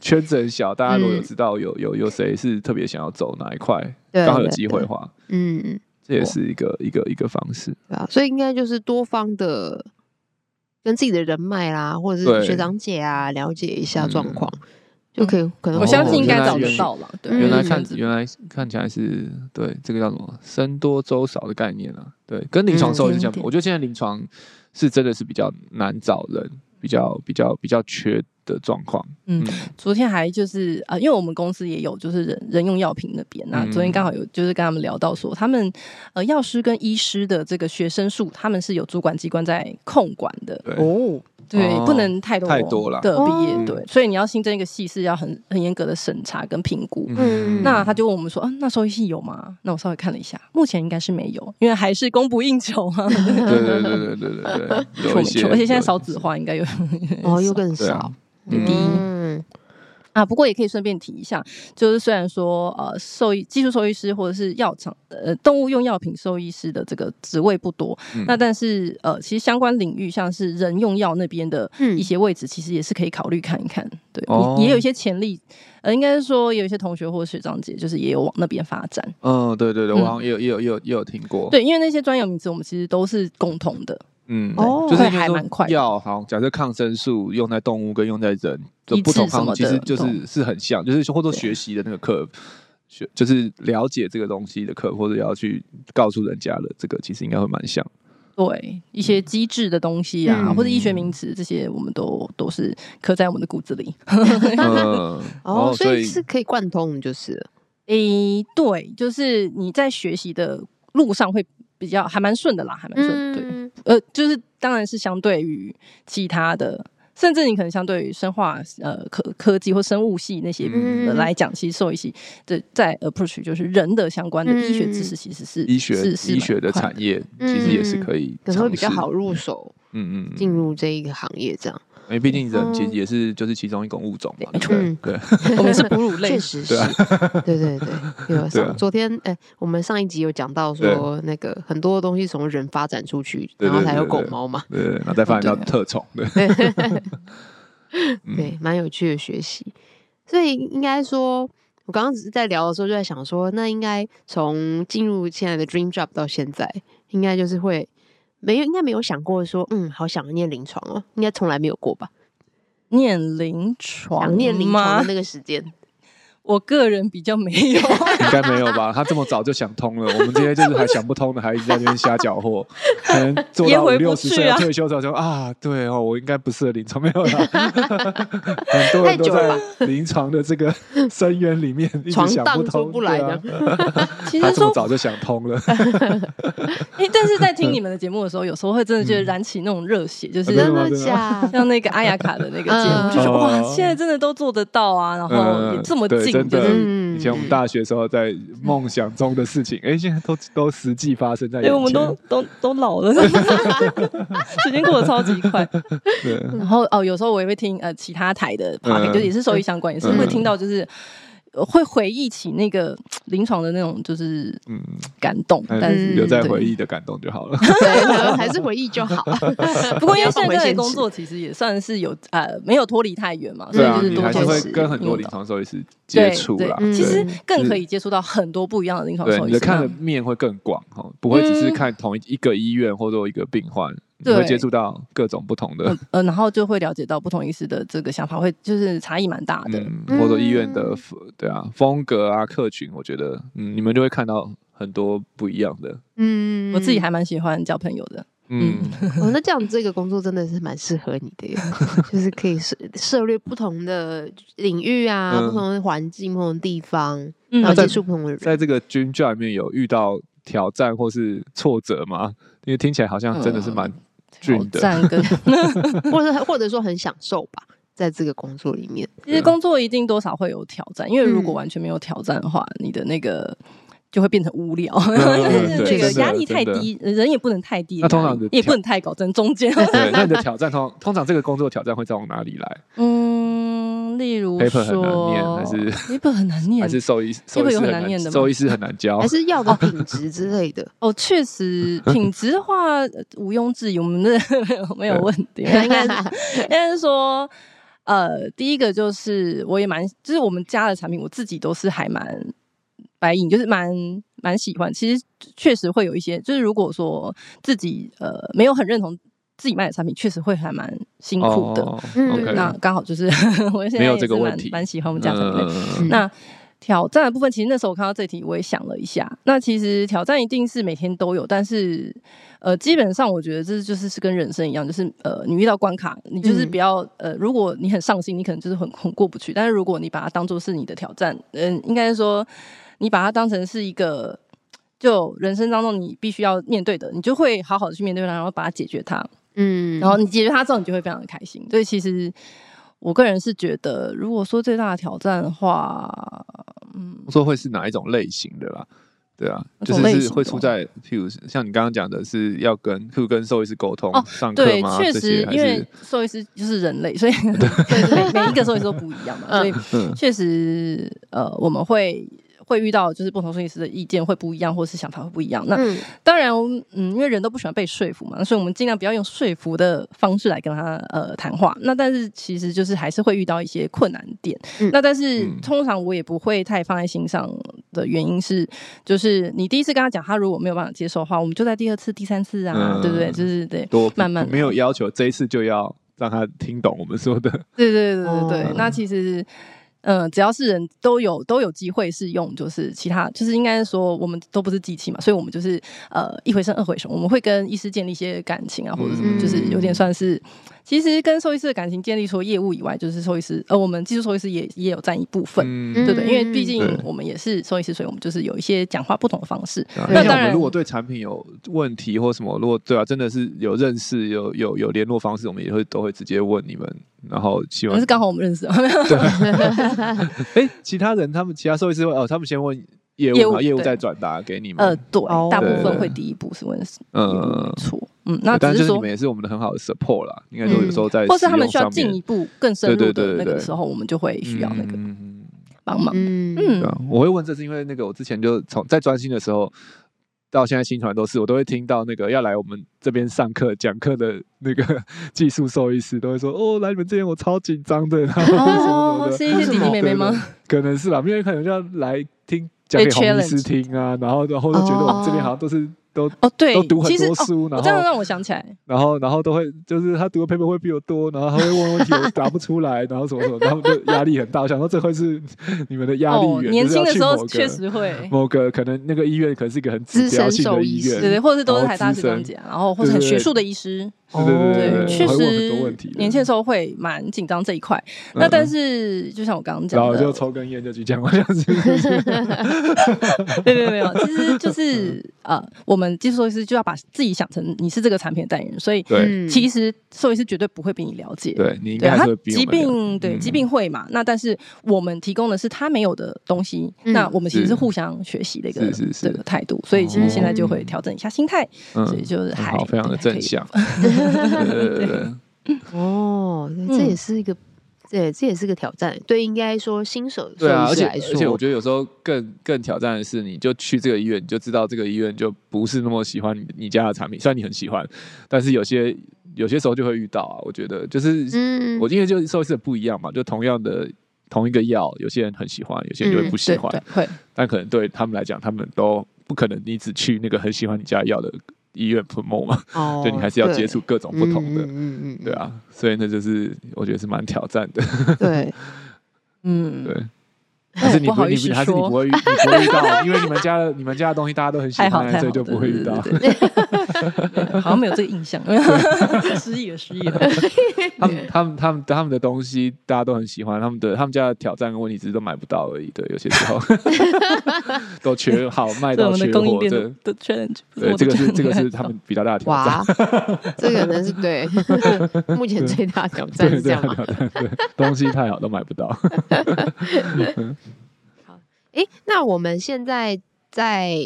Speaker 3: 圈子很小，大家如果有
Speaker 4: 嗯
Speaker 3: 知道有有有谁是特别想要走哪一块，
Speaker 2: 对
Speaker 3: 刚好有
Speaker 2: 对
Speaker 3: 机会
Speaker 2: 对
Speaker 3: 的话，
Speaker 2: 嗯，
Speaker 3: 这也是一个一个一个方式。
Speaker 2: 对啊，所以应该就是多方的跟自己的人脉啦，或者
Speaker 3: 对
Speaker 2: 是学长姐啊，了解一下状
Speaker 3: 嗯
Speaker 2: 况，就可以可能
Speaker 4: 嗯我相信应该
Speaker 3: 哦
Speaker 4: 找
Speaker 3: 原
Speaker 4: 得
Speaker 3: 来
Speaker 4: 到了，对，
Speaker 2: 原来
Speaker 4: 嗯
Speaker 3: 原来看起来是对这个叫什么“僧多粥少”的概念啊，对，跟临床
Speaker 2: 嗯
Speaker 3: 兽医是
Speaker 4: 有
Speaker 3: 相反。
Speaker 4: 一点
Speaker 3: 我觉得现在临床是真的是比较难找人，比较比较比较缺的状况。
Speaker 4: 嗯
Speaker 3: 嗯，
Speaker 4: 昨天还就是啊、呃因为我们公司也有就是人人用药品那边，那
Speaker 3: 嗯
Speaker 4: 昨天刚好有就是跟他们聊到说，他们呃药师跟医师的这个学生数，他们是有主管机关在控管的，
Speaker 3: 对
Speaker 2: 哦，
Speaker 4: 对，
Speaker 3: 哦
Speaker 4: 不能太多
Speaker 3: 太多了
Speaker 4: 的毕业，
Speaker 2: 哦
Speaker 4: 对，所以你要新增一个系是要很很严格的审查跟评估。
Speaker 2: 嗯
Speaker 4: 那他就问我们说，啊，那收益系有吗？那我稍微看了一下，目前应该是没有，因为还是供不应求啊。
Speaker 3: 对对对对对 对对，有一
Speaker 4: 没错没
Speaker 3: 些
Speaker 4: 错，而且现在少
Speaker 3: 有一些
Speaker 4: 子化应该有
Speaker 2: 哦又更
Speaker 3: 对啊
Speaker 2: 少，
Speaker 3: 嗯
Speaker 4: 第一
Speaker 2: 嗯
Speaker 4: 啊，不过也可以顺便提一下，就是虽然说呃，兽医技术兽医师或者是药厂呃动物用药品兽医师的这个职位不多，
Speaker 3: 嗯
Speaker 4: 那但是呃，其实相关领域像是人用药那边的
Speaker 2: 嗯
Speaker 4: 一些位置，其实也是可以考虑看一看。对，
Speaker 3: 哦
Speaker 4: 也也有一些潜力，呃，应该是说有一些同学或学长姐，就是也有往那边发展。
Speaker 3: 嗯，对对对，
Speaker 4: 嗯
Speaker 3: 我好像也有也有也有也有听过。，
Speaker 4: 对，因为那些专有名词我们其实都是共同的，
Speaker 3: 嗯，
Speaker 2: 哦
Speaker 3: 就是
Speaker 4: 会
Speaker 3: 应该
Speaker 4: 还
Speaker 3: 说
Speaker 4: 蛮快的
Speaker 3: 药好，假设抗生素用在动物跟用在人的
Speaker 4: 抑
Speaker 3: 不同
Speaker 4: 制什
Speaker 3: 方，
Speaker 4: 么
Speaker 3: 其实
Speaker 4: 的
Speaker 3: 就是
Speaker 4: 懂
Speaker 3: 是很像，就是或者说
Speaker 4: 对
Speaker 3: 学习的那个课，学就是了解这个东西的课，或者要去告诉人家的这个，其实应该会蛮像。
Speaker 4: 对一些机制的东西啊，
Speaker 2: 嗯
Speaker 4: 或者医学名词这些，我们都都是刻在我们的骨子里。
Speaker 3: 嗯，
Speaker 2: 哦，所
Speaker 3: 所
Speaker 2: 以是可以贯通，就是了
Speaker 4: 诶、对，就是你在学习的路上会比较还蛮顺的啦，还蛮顺。对，
Speaker 2: 嗯
Speaker 4: 呃，就是当然是相对于其他的，甚至你可能相对于生化呃科科技或生物系那些、
Speaker 2: 嗯
Speaker 4: 呃来讲，其实兽医系的在 approach 就是人的相关的医学
Speaker 2: 嗯
Speaker 4: 知识，其实是、
Speaker 3: 医学
Speaker 4: 是是
Speaker 3: 医学的
Speaker 4: 蛮快
Speaker 3: 产业其实也是可以，
Speaker 2: 可能会比较好。入手，
Speaker 3: 嗯嗯，
Speaker 2: 进入这一个行业这样。
Speaker 3: 因为毕竟人其实
Speaker 2: 嗯
Speaker 3: 也是就是其中一种物种嘛，
Speaker 4: 没
Speaker 3: 对不对，
Speaker 4: 我们是哺乳类
Speaker 2: 确实是， 对对对，有
Speaker 3: 啊对啊
Speaker 2: 上昨天哎，我们上一集有讲到说那个很多东西从人发展出去，
Speaker 3: 对对
Speaker 2: 然后才有
Speaker 3: 对
Speaker 2: 狗
Speaker 3: 对
Speaker 2: 猫嘛，
Speaker 3: 对对，对然后再发展到
Speaker 4: 对
Speaker 3: 特宠，对，嗯
Speaker 2: 对，蛮有趣的学习。所以应该说，我刚刚只是在聊的时候就在想说，那应该从进入现在的 dream job 到现在，应该就是会没有，应该没有想过说，嗯，好想念临床哦，应该从来没有过吧？
Speaker 4: 念临床
Speaker 2: 想念临床
Speaker 4: 吗
Speaker 2: 的那个时间，
Speaker 4: 我个人比较没 有。
Speaker 3: 应该没有吧？他这么早就想通 了，我们这些就是还想不通的，还一直在那边瞎搅和，可能做
Speaker 4: 也
Speaker 3: 到五
Speaker 4: 回不
Speaker 3: 六十
Speaker 4: 去
Speaker 3: 岁
Speaker 4: 啊
Speaker 3: 退休之后说啊，对哦，我应该不适合临床，没有 啦。很多人
Speaker 2: 太
Speaker 3: 都
Speaker 2: 久了
Speaker 3: 在临床的这 个深渊里面一直
Speaker 2: 床
Speaker 3: 想
Speaker 2: 荡出
Speaker 3: 通，
Speaker 2: 不来
Speaker 3: 对啊
Speaker 4: 其
Speaker 3: 他
Speaker 4: 实
Speaker 3: 这么
Speaker 4: 说
Speaker 3: 早就想通 了，
Speaker 4: 诶，但是在听你们的节目的时候，有时候会真的觉得燃起那种热血，就是
Speaker 3: 真的
Speaker 2: 真
Speaker 3: 吗
Speaker 2: 的假？
Speaker 4: 像那个阿雅卡的那个节目，
Speaker 2: 嗯
Speaker 4: 就觉得哇，
Speaker 3: 哦
Speaker 4: 现在真的都做得到啊，然后也这么
Speaker 3: 嗯对
Speaker 4: 近，
Speaker 3: 真
Speaker 4: 就
Speaker 3: 的
Speaker 4: 是。
Speaker 2: 嗯
Speaker 3: 以前我们大学时候在梦想中的事情，哎，现在都都实际发生在眼
Speaker 4: 对，
Speaker 3: 前，
Speaker 4: 我们都都都老了， 时间过得超级快。
Speaker 3: 对
Speaker 4: 然后哦，有时候我也会听呃其他台的 p o d
Speaker 3: 嗯
Speaker 4: c 就也是收益相关，也是
Speaker 3: 嗯
Speaker 4: 会听到就是呃会回忆起那个临床的那种就是
Speaker 3: 嗯，
Speaker 4: 感动，
Speaker 3: 嗯
Speaker 4: 但是
Speaker 3: 留在
Speaker 4: 对
Speaker 3: 回忆的感动就好了。
Speaker 2: 对，还是回忆就好。
Speaker 4: 不过因为现
Speaker 2: 回
Speaker 4: 在
Speaker 2: 现
Speaker 4: 的
Speaker 2: 实
Speaker 4: 工作其实也算是有呃没有脱离太远嘛，所
Speaker 3: 对
Speaker 4: 以
Speaker 3: 啊，
Speaker 4: 嗯就是
Speaker 3: 你
Speaker 4: 多
Speaker 3: 还是
Speaker 4: 认
Speaker 3: 会
Speaker 4: 识
Speaker 3: 跟很多
Speaker 4: 用
Speaker 3: 临
Speaker 4: 到
Speaker 3: 床兽医师
Speaker 4: 对
Speaker 3: 接触
Speaker 4: 对
Speaker 3: 啦。
Speaker 2: 嗯
Speaker 4: 其实
Speaker 3: 对
Speaker 4: 更可以接触到很多不一样的临床
Speaker 3: 对
Speaker 4: 兽
Speaker 3: 你
Speaker 4: 医
Speaker 3: 的
Speaker 4: 师。
Speaker 3: 看的
Speaker 4: 那
Speaker 3: 面会更广哈，不会只是
Speaker 4: 嗯
Speaker 3: 看同一一个医院或者一个病患，你
Speaker 4: 对
Speaker 3: 会接触到各种不同的
Speaker 4: 嗯，呃，然后就会了解到不同医师的这个想法，会就是差异蛮大的。
Speaker 3: 嗯，
Speaker 2: 嗯
Speaker 3: 或者医院的
Speaker 4: 嗯
Speaker 3: 对啊风格啊客群，我觉得嗯，你们就会看到很多不一样的。
Speaker 2: 嗯
Speaker 4: 我自己还蛮喜欢交朋友的，
Speaker 3: 嗯，
Speaker 2: 哦，那这样这个工作真的是蛮适合你的 耶，就是可以涉涉猎不同的领域啊，
Speaker 3: 嗯
Speaker 2: 不同的环境、不同的地方，
Speaker 4: 嗯
Speaker 2: 然后
Speaker 3: 在
Speaker 2: 接触不同的人。
Speaker 3: 在这个军教里面有遇到挑战或是挫折吗？因为听起来好像真的是蛮
Speaker 4: 嗯挑
Speaker 3: 俊的
Speaker 4: 战 跟
Speaker 2: 或者或者说很享受吧，在这个工作里面，
Speaker 4: 其实工作一定多少会有挑战，因为如
Speaker 3: 嗯
Speaker 4: 果完全没有挑战的话，你的那个。就会变成无聊，
Speaker 3: 嗯
Speaker 4: 就是这
Speaker 3: 真
Speaker 4: 个
Speaker 3: 的
Speaker 4: 压力太
Speaker 3: 真的
Speaker 4: 低，人也不能太低，
Speaker 3: 那通常的
Speaker 4: 也
Speaker 3: 挑
Speaker 4: 不能太高，只能中间。
Speaker 3: 对。那你的挑战通通常这个工作挑战会从哪里来？
Speaker 4: 嗯，例如
Speaker 3: Paper 很难
Speaker 4: 说
Speaker 3: 念还是
Speaker 4: paper 很难念，
Speaker 3: 还是兽医兽医师
Speaker 4: 有很难
Speaker 3: 很
Speaker 4: 念的
Speaker 3: 难，
Speaker 4: 吗
Speaker 3: 兽医师很难教
Speaker 2: 还。是药的品质之类的，
Speaker 4: 哦，确实品质的话呃毋庸置疑，我们的 没有问 题。应该是 应该是说，呃，第一个就是我也蛮，就是我们家的产品，我自己都是还蛮白银，就是蛮蛮喜欢。其实确实会有一些，就是如果说自己呃没有很认同自己卖的产品，确实会还蛮辛苦的。
Speaker 3: 哦
Speaker 2: 嗯
Speaker 4: 对
Speaker 3: OK
Speaker 4: 那刚好就是 我现在
Speaker 3: 没有
Speaker 4: 也
Speaker 3: 这个
Speaker 4: 是
Speaker 3: 问
Speaker 4: 蛮
Speaker 3: 题
Speaker 4: 蛮喜欢我们家产品的。
Speaker 3: 嗯
Speaker 4: 那挑战的部分，其实那时候我看到这题，我也想了一下。那其实挑战一定是每天都有，但是呃，基本上我觉得这就是是跟人生一样，就是呃，你遇到关卡，你就是
Speaker 2: 嗯
Speaker 4: 不要、呃，如果你很上心，你可能就是很很过不去；但是如果你把它当做是你的挑战，嗯、应该是说你把它当成是一个。就人生当中你必须要面对的，你就会好好的去面对它，然后把它解决它。
Speaker 2: 嗯，
Speaker 4: 然后你解决它之后，你就会非常的开心。所以其实我个人是觉得，如果说最大的挑战的话，嗯，
Speaker 3: 工作会是哪一种类型的啦？对啊，
Speaker 4: 哪
Speaker 3: 就
Speaker 4: 种类
Speaker 3: 是
Speaker 4: 型
Speaker 3: 是
Speaker 4: 的哦
Speaker 3: 会出在，譬如像你刚刚讲的是要跟譬如跟兽医师沟通、
Speaker 4: 哦
Speaker 3: 上课
Speaker 4: 对，
Speaker 3: 吗？
Speaker 4: 确
Speaker 3: 这
Speaker 4: 实
Speaker 3: 些，还
Speaker 4: 因为
Speaker 3: 是
Speaker 4: 兽医师就是人类， 所以每每一个兽医师都不一样嘛，所以
Speaker 3: 嗯
Speaker 4: 确实呃，我们会会遇到就是不同兽医师的意见会不一样，或是想法会不一样。那
Speaker 2: 嗯
Speaker 4: 当然，嗯，因为人都不喜欢被说服嘛，所以我们尽量不要用说服的方式来跟他呃谈话。那但是其实就是还是会遇到一些困难点。
Speaker 2: 嗯
Speaker 4: 那但是
Speaker 3: 嗯
Speaker 4: 通常我也不会太放在心上的原因是，就是你第一次跟他讲，他如果没有办法接受的话，我们就在第二次、第三次啊，
Speaker 3: 嗯
Speaker 4: 对不对？就是对。
Speaker 3: 多
Speaker 4: 慢慢来
Speaker 3: 没有要求，这一次就要让他听懂我们说的。
Speaker 4: 对对对对对，
Speaker 2: 哦
Speaker 4: 那其实。呃，只要是人都有都有机会是用，就是其他就是应该是说我们都不是机器嘛，所以我们就是呃一回生二回熟，我们会跟医师建立一些感情啊，或者什么，
Speaker 2: 嗯
Speaker 4: 就是有点算是其实跟兽医师的感情建立除了业务以外，就是兽医师呃我们技术兽医师也也有占一部分，
Speaker 3: 嗯
Speaker 4: 对不对？因为毕竟
Speaker 3: 对
Speaker 4: 我们也是兽医师，所以我们就是有一些讲话不同的方式，
Speaker 3: 啊
Speaker 4: 那
Speaker 3: 像
Speaker 4: 当
Speaker 3: 我
Speaker 4: 然
Speaker 3: 们如果对产品有问题或什么，如果对啊，真的是有认识、有有有联络方式，我们也会都会直接问你们。然后希
Speaker 4: 可
Speaker 3: 望
Speaker 4: 能是刚好我们认识啊，
Speaker 3: 哎，其他人他们其他兽医师会哦，他们先问业
Speaker 4: 业
Speaker 3: 务
Speaker 4: 务
Speaker 3: 嘛，业务
Speaker 4: 对
Speaker 3: 再转达给你们
Speaker 4: 呃。对
Speaker 2: 哦，
Speaker 4: 大部
Speaker 3: 对
Speaker 4: 分会第一步是问是
Speaker 3: 嗯
Speaker 4: 没，错，嗯，呃那
Speaker 3: 但
Speaker 4: 只
Speaker 3: 就是是
Speaker 4: 说嗯
Speaker 3: 你们也是我们的很好的 support 啦，应该说有时候在
Speaker 4: 或是他们
Speaker 3: 使用
Speaker 4: 需要
Speaker 3: 上面
Speaker 4: 进一步更深入
Speaker 3: 对对
Speaker 4: 的
Speaker 3: 对
Speaker 4: 那
Speaker 3: 对
Speaker 4: 个
Speaker 3: 对
Speaker 4: 时候，我们就会需要那个
Speaker 3: 嗯嗯嗯
Speaker 4: 帮忙。
Speaker 2: 嗯
Speaker 4: 嗯
Speaker 3: 对啊，我会问，这是因为那个我之前就从在专心的时候到现在新传都是，我都会听到那个要来我们这边上课讲课的那个技术兽医师都会说，哦，来你们这边我超紧张的，然后什么什么
Speaker 4: 哦，
Speaker 3: 的
Speaker 4: 是一些弟弟妹妹吗？
Speaker 3: 对对对 可能是吧，因为可能要来听讲给
Speaker 4: 被
Speaker 3: 洪医师
Speaker 4: challenge
Speaker 3: 听啊，然后然后就觉得我们这边好像都是都
Speaker 4: 哦，对
Speaker 3: 都读，很
Speaker 4: 其实
Speaker 3: 多
Speaker 4: 哦，
Speaker 3: 书，然
Speaker 4: 我这样
Speaker 3: 后
Speaker 4: 让我想起来，
Speaker 3: 然后然后都会就是他读的 paper 会比我多，然后他会问问题我答不出来，然后什么什么，然后就压力很大。我想说这会是你们的 压力
Speaker 4: 哦，
Speaker 3: 源，
Speaker 4: 年
Speaker 3: 就是
Speaker 4: 轻
Speaker 3: 要去某
Speaker 4: 的时候
Speaker 3: 个
Speaker 4: 确实会，
Speaker 3: 某个可能那个医院可能是一个很指标性的医
Speaker 2: 资深兽医师
Speaker 4: 对对，
Speaker 3: 院，
Speaker 4: 或者是都是
Speaker 3: 然后
Speaker 4: 台大
Speaker 3: 资
Speaker 4: 学长
Speaker 3: 深
Speaker 4: 姐，啊然后或者很
Speaker 3: 对对
Speaker 4: 学
Speaker 3: 对
Speaker 4: 术的医师，
Speaker 3: 对对对
Speaker 4: 哦对，
Speaker 3: 对，
Speaker 4: 确
Speaker 3: 会问很多
Speaker 4: 实
Speaker 3: 问题的，
Speaker 4: 年轻的时候会蛮紧张这一块。
Speaker 3: 嗯
Speaker 4: 那但是就像我刚刚
Speaker 3: 然
Speaker 4: 讲
Speaker 3: 后
Speaker 4: 的，
Speaker 3: 就抽根烟就去讲，好像是
Speaker 4: 没有没有没有，其实就是
Speaker 3: 嗯
Speaker 4: 呃，我们技术兽医师就要把自己想成你是这个产品的代言人，所以
Speaker 3: 对
Speaker 2: 嗯
Speaker 4: 其实兽医师绝对不会比你了解。
Speaker 3: 对，你应
Speaker 4: 对
Speaker 3: 该还
Speaker 4: 他
Speaker 3: 是会比我们
Speaker 4: 疾
Speaker 3: 了
Speaker 4: 病对
Speaker 3: 嗯
Speaker 4: 疾病会嘛，那但是我们提供的是他没有的东西，
Speaker 2: 嗯
Speaker 4: 那我们其实
Speaker 3: 是
Speaker 4: 是互相学习的一个
Speaker 3: 是是是
Speaker 4: 这个态度，所以其实现在就会调整一下心态，
Speaker 3: 嗯
Speaker 4: 所以就是
Speaker 3: 很
Speaker 4: 还
Speaker 3: 好，非常的
Speaker 4: 还可以
Speaker 3: 正向，对对对对对，嗯
Speaker 2: 哦，这也是一个对，这也是个挑战。对，应该说新手
Speaker 3: 对啊，而
Speaker 2: 兽医师
Speaker 3: 且
Speaker 2: 来
Speaker 3: 而且我
Speaker 2: 说，
Speaker 3: 觉得有时候更更挑战的是，你就去这个医院，你就知道这个医院就不是那么喜欢你你家的产品，虽然你很喜欢，但是有些有些时候就会遇到啊。我觉得就是、
Speaker 2: 嗯，
Speaker 3: 我因为就是收视不一样嘛，就同样的同一个药，有些人很喜欢，有些人就会不喜
Speaker 4: 对
Speaker 3: 欢，
Speaker 4: 对会，
Speaker 3: 但可能对他们来讲，他们都不可能你只去那个很喜欢你家的药的医院 promo 嘛，
Speaker 2: 哦
Speaker 3: 就你还是要接触各种
Speaker 2: 对
Speaker 3: 不同的。
Speaker 2: 嗯嗯嗯嗯，
Speaker 3: 对啊，所以那就是我觉得是蛮挑战的，
Speaker 2: 对，
Speaker 4: 嗯，
Speaker 3: 对。
Speaker 4: 但
Speaker 3: 还
Speaker 4: 我
Speaker 3: 是你
Speaker 4: 不
Speaker 3: 不
Speaker 4: 好
Speaker 3: 会，
Speaker 4: 意
Speaker 3: 你
Speaker 4: 思
Speaker 3: 还是你
Speaker 4: 说
Speaker 3: 不，会遇，你不会遇到，因为你们家的你们家的东西大家都很喜
Speaker 4: 太好
Speaker 3: 欢，
Speaker 4: 太
Speaker 3: 所
Speaker 4: 好，
Speaker 3: 以就不会遇到。
Speaker 4: 对，对对对对对好像没有这个印象，失忆了，失忆了。
Speaker 3: 他们他们他们他们的东西大家都很喜欢，他们的他们家的挑战跟问题只是都买不到而已。对，有些时候都缺好卖
Speaker 4: 对
Speaker 3: 到
Speaker 4: 我们
Speaker 3: 缺
Speaker 4: 的供应
Speaker 3: 货，
Speaker 4: 链
Speaker 3: 这
Speaker 4: 的的 challenge，
Speaker 3: 对
Speaker 4: 我的
Speaker 3: 这个是
Speaker 4: challenge
Speaker 3: 这个是他们比较大的 挑战，
Speaker 2: 哇，这可能是对 目前最大的挑战
Speaker 3: 对
Speaker 2: 是这
Speaker 3: 对
Speaker 2: 样
Speaker 3: 挑
Speaker 2: 吗？
Speaker 3: 战，对东西太好都买不到。
Speaker 2: 诶，那我们现在在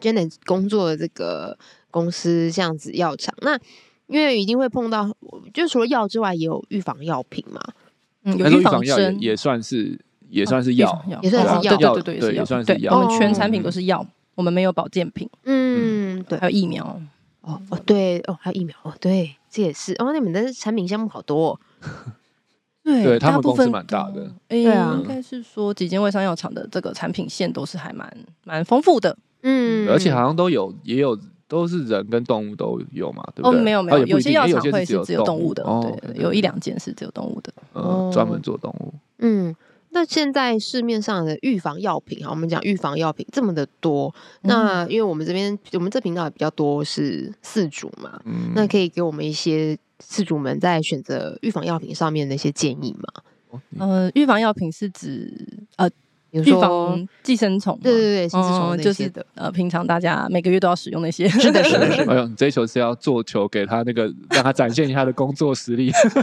Speaker 2: Janet 工作的这个公司这样子药厂，那因为一定会碰到，就除了药之外，也有预防药品嘛。
Speaker 4: 嗯有
Speaker 3: 但是
Speaker 4: 预防
Speaker 3: 药也
Speaker 4: 针，
Speaker 3: 也算是也算是
Speaker 4: 预
Speaker 3: 药
Speaker 4: 防，药
Speaker 2: 也算是
Speaker 4: 对
Speaker 3: 药
Speaker 4: 对对
Speaker 3: 对
Speaker 4: 对，
Speaker 3: 也算是
Speaker 4: 对
Speaker 3: 药
Speaker 4: 我们全产品
Speaker 3: 哦
Speaker 4: 都是药，我们没有保健品，
Speaker 2: 嗯，对，
Speaker 4: 还有疫苗。
Speaker 2: 哦哦对哦，还有疫苗哦，对，这也是哦。你们的产品项目好多、哦，
Speaker 4: 对
Speaker 3: 对他
Speaker 4: 大
Speaker 3: 们
Speaker 4: 部
Speaker 3: 公司
Speaker 4: 分
Speaker 3: 蛮大的
Speaker 4: 都，哎，
Speaker 2: 对啊
Speaker 4: 应该是说几间外商药厂的这个产品线都是还蛮蛮丰富的。
Speaker 2: 嗯，
Speaker 3: 而且好像都有也有都是人跟动物都有嘛，对不
Speaker 4: 哦，
Speaker 3: 对？
Speaker 4: 没有没
Speaker 3: 哦也
Speaker 4: 有，
Speaker 3: 不
Speaker 4: 有
Speaker 3: 一
Speaker 4: 些
Speaker 3: 定
Speaker 4: 药
Speaker 3: 哎有
Speaker 4: 厂
Speaker 3: 些
Speaker 4: 会
Speaker 3: 是只
Speaker 4: 是只有动物的，
Speaker 3: 哦
Speaker 4: 对，有一两哦间是只有动物的。
Speaker 3: 呃专门做动物。
Speaker 2: 嗯，那现在市面上的预防药品，哈，我们讲预防药品这么的多，
Speaker 4: 嗯
Speaker 2: 那因为我们这边我们这频道也比较多是饲主嘛，
Speaker 3: 嗯，
Speaker 2: 那可以给我们一些饲主们在选择预防药品上面的一些建议吗？
Speaker 3: 嗯
Speaker 4: 呃，预防药品是指呃
Speaker 2: 比如
Speaker 4: 预
Speaker 2: 说，
Speaker 4: 防寄生虫吗，
Speaker 2: 对对对，寄生
Speaker 4: 哦
Speaker 2: 虫
Speaker 4: 就
Speaker 2: 那些
Speaker 4: 是
Speaker 2: 的，
Speaker 4: 呃平常大家每个月都要使用那些，
Speaker 2: 是的， 是的，是
Speaker 3: 哎呦，你这一球是要做球给他那个，让他展现一下他的工作实力。
Speaker 2: 的，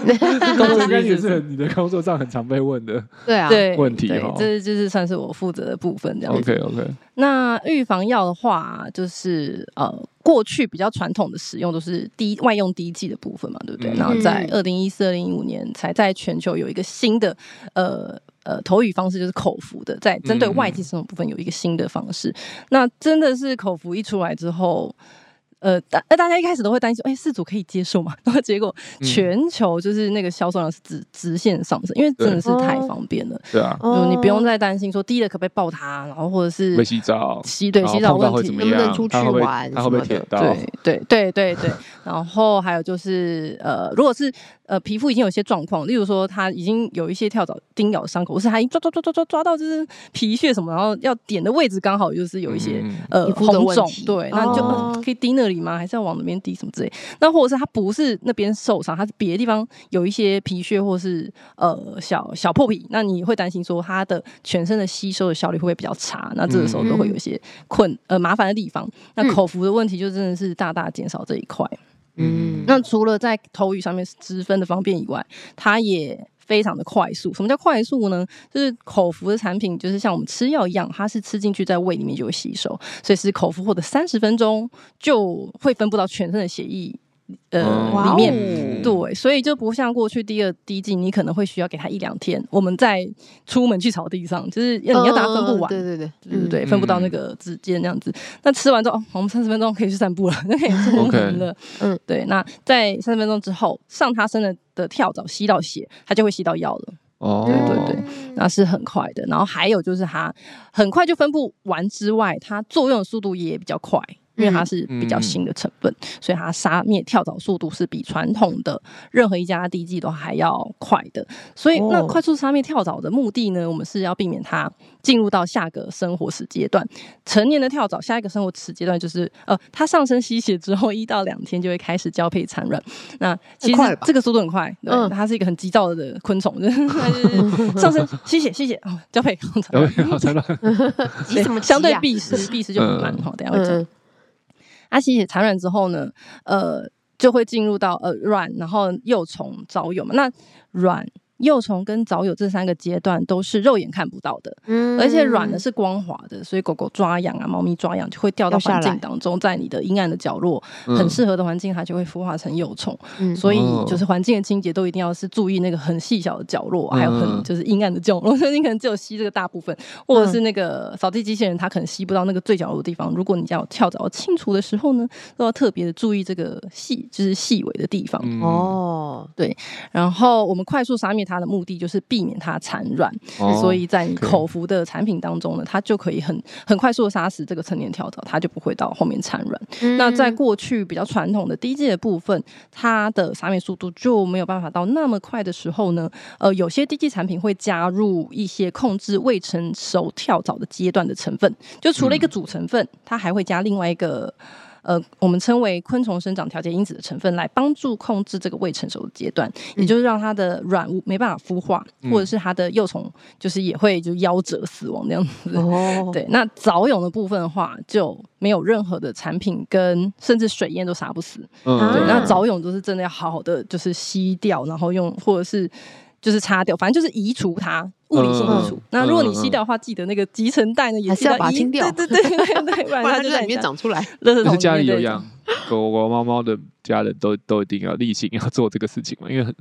Speaker 3: 工作应该也是很你的工作上很常被问的。
Speaker 2: 对啊，
Speaker 4: 对
Speaker 3: 问题
Speaker 4: 对
Speaker 3: 哦
Speaker 4: 这就是算是我负责的部分这样子。
Speaker 3: OK OK，
Speaker 4: 那预防药的话，就是呃，过去比较传统的使用都是滴外用滴剂的部分嘛，对不对？
Speaker 3: 嗯
Speaker 4: 然后在
Speaker 2: 嗯
Speaker 4: 二零一四、二零一五年才在全球有一个新的呃呃投语方式，就是口服的，在针对外寄生虫部分有一个新的方式。那真的是口服一出来之后。呃，大呃大家一开始都会担心，哎、四组可以接受吗？ 然后结果
Speaker 3: 嗯
Speaker 4: 全球就是那个销售量是直直线上升，因为真的是太
Speaker 2: 对
Speaker 4: 方便了，
Speaker 3: 对啊，
Speaker 2: 哦
Speaker 4: 嗯你不用再担心说滴了可不可以爆它，然后或者是
Speaker 3: 会洗澡，
Speaker 4: 洗对
Speaker 3: 然后
Speaker 4: 洗澡
Speaker 3: 碰到
Speaker 4: 问
Speaker 3: 会
Speaker 4: 题
Speaker 3: 怎么
Speaker 2: 能不能
Speaker 3: 样
Speaker 2: 出？
Speaker 3: 他
Speaker 2: 去
Speaker 3: 会不会
Speaker 2: 玩
Speaker 3: 他会不会
Speaker 2: 什么
Speaker 3: 舔
Speaker 2: 的
Speaker 3: 到？
Speaker 4: 对对对 对对，然后还有就是呃，如果是呃皮肤已经有一些状况，例如说它已经有一些跳蚤叮咬的伤口，或是它已经抓抓抓抓抓抓到就是皮屑什么，然后要点的位置刚好就是有一些、
Speaker 3: 嗯
Speaker 4: 呃
Speaker 2: 皮肤的
Speaker 4: 红
Speaker 2: 问
Speaker 4: 肿
Speaker 2: 题，
Speaker 4: 对，那你就、
Speaker 2: 哦
Speaker 4: 呃可以滴那里吗？还是要往那边滴什么之类？那或者是它不是那边受伤，它是别的地方有一些皮屑或是呃小小破皮，那你会担心说它的全身的吸收的效率会不会比较差？那这个时候都会有一些困呃麻烦的地方。那口服的问题就真的是大大减少这一块。
Speaker 2: 嗯，
Speaker 4: 那除了在口语上面支分的方便以外，它也非常的快速。什么叫快速呢？就是口服的产品，就是像我们吃药一样，它是吃进去在胃里面就会吸收，所以是口服后的三十分钟就会分布到全身的血液呃、
Speaker 3: 嗯
Speaker 2: 哇
Speaker 4: 里面。
Speaker 2: 哦，
Speaker 4: 对，所以就不像过去第二滴剂，你可能会需要给它一两天。我们再出门去草地上，就是要你要把它分布
Speaker 2: 嗯
Speaker 4: 完，
Speaker 2: 对对对，
Speaker 4: 对对
Speaker 2: 嗯
Speaker 4: 对，分布到那
Speaker 3: 嗯
Speaker 4: 个指尖那样子。那吃完之后，哦、我们三十分钟可以去散步了， 那可以出
Speaker 3: OK
Speaker 4: 门了。
Speaker 2: 嗯
Speaker 4: 嗯，对。那在三十分钟之后，上他身的的跳蚤吸到血，它就会吸到药了，
Speaker 3: 哦，
Speaker 4: 对对
Speaker 2: 嗯
Speaker 4: 那是很快的。然后还有就是它很快就分布完之外，它作用的速度也比较快。
Speaker 2: 嗯
Speaker 4: 因为它是比较新的成分，所以它杀灭跳蚤速度是比传统的任何一家滴剂都还要快的。所以，那
Speaker 2: 哦
Speaker 4: 快速杀灭跳蚤的目的呢，我们是要避免它进入到下个生活时阶段。成年的跳蚤下一个生活时阶段就是，呃，它上身吸血之后一到两天就会开始交配产卵。那其
Speaker 2: 很快
Speaker 4: 实
Speaker 2: 吧
Speaker 4: 这个速度很快，对，
Speaker 2: 嗯
Speaker 4: 它是一个很急躁的昆虫，就是 它就是上身吸血吸血哦，交配产
Speaker 3: 有
Speaker 4: 卵。
Speaker 3: 没有真的？
Speaker 2: 急什么急啊
Speaker 4: 相对避食，避食就很慢哦哈，等一下会讲。
Speaker 2: 嗯
Speaker 4: 它吸血产卵之后呢，呃，就会进入到呃卵，然后幼虫着蛹嘛。那卵幼虫跟早有这三个阶段都是肉眼看不到的，
Speaker 2: 嗯
Speaker 4: 而且软的是光滑的，所以狗狗抓痒啊，猫咪抓痒就会掉到环
Speaker 2: 掉下
Speaker 4: 境
Speaker 2: 来
Speaker 4: 当中，在你的阴暗的角落，
Speaker 3: 嗯
Speaker 4: 很适合的环境，它就会孵化成幼虫。
Speaker 2: 嗯
Speaker 4: 所以
Speaker 3: 哦
Speaker 4: 就是环境的清洁都一定要是注意那个很细小的角落，还有
Speaker 3: 嗯嗯
Speaker 4: 很就是阴暗的角落，所 以你可能只有吸这个大部分，或者是那个扫地机器人它可能吸不到那个最角落的地方。如果你家有跳蚤清除的时候呢，都要特别的注意这个细就是细微的地方。
Speaker 3: 嗯
Speaker 2: 哦，
Speaker 4: 然后我们快速杀灭它的目的就是避免它产卵，
Speaker 3: 哦
Speaker 4: 所以在你
Speaker 3: 可以
Speaker 4: 口服的产品当中呢，它就可以很很快速的杀死这个成年跳蚤，它就不会到后面产卵。那
Speaker 2: 嗯
Speaker 4: 在过去比较传统的低阶的部分，它的杀灭速度就没有办法到那么快的时候呢，呃，有些低阶产品会加入一些控制未成熟跳蚤的阶段的成分，就除了一个主成分，它还会加另外一个。呃，我们称为昆虫生长调节因子的成分来帮助控制这个未成熟的阶段，也就是让它的软物没办法孵化，
Speaker 3: 嗯
Speaker 4: 或者是它的幼虫就是也会就夭折死亡这样子。
Speaker 2: 哦，
Speaker 4: 对，那藻蛹的部分的话，就没有任何的产品跟甚至水淹都杀不死。
Speaker 3: 嗯
Speaker 4: 对，
Speaker 2: 啊
Speaker 4: 那藻蛹都是真的要好好的就是吸掉，然后用或者是就是擦掉，反正就是移除它。物理性移除。
Speaker 3: 嗯
Speaker 4: 那如果你
Speaker 3: 嗯
Speaker 4: 吸掉的话，记得那个集成袋呢，也
Speaker 2: 还是要把它
Speaker 4: 移
Speaker 2: 清掉
Speaker 4: 对对对对对，不然
Speaker 2: 不然
Speaker 4: 它
Speaker 2: 它就在里面
Speaker 4: 长。
Speaker 2: 长出来。
Speaker 4: 垃 圾桶
Speaker 3: 就是家
Speaker 4: 里
Speaker 3: 里有
Speaker 4: 面对
Speaker 3: 养
Speaker 4: 长
Speaker 3: 狗狗、猫猫的家人都都一定要例行要做这个事情嘛，因为很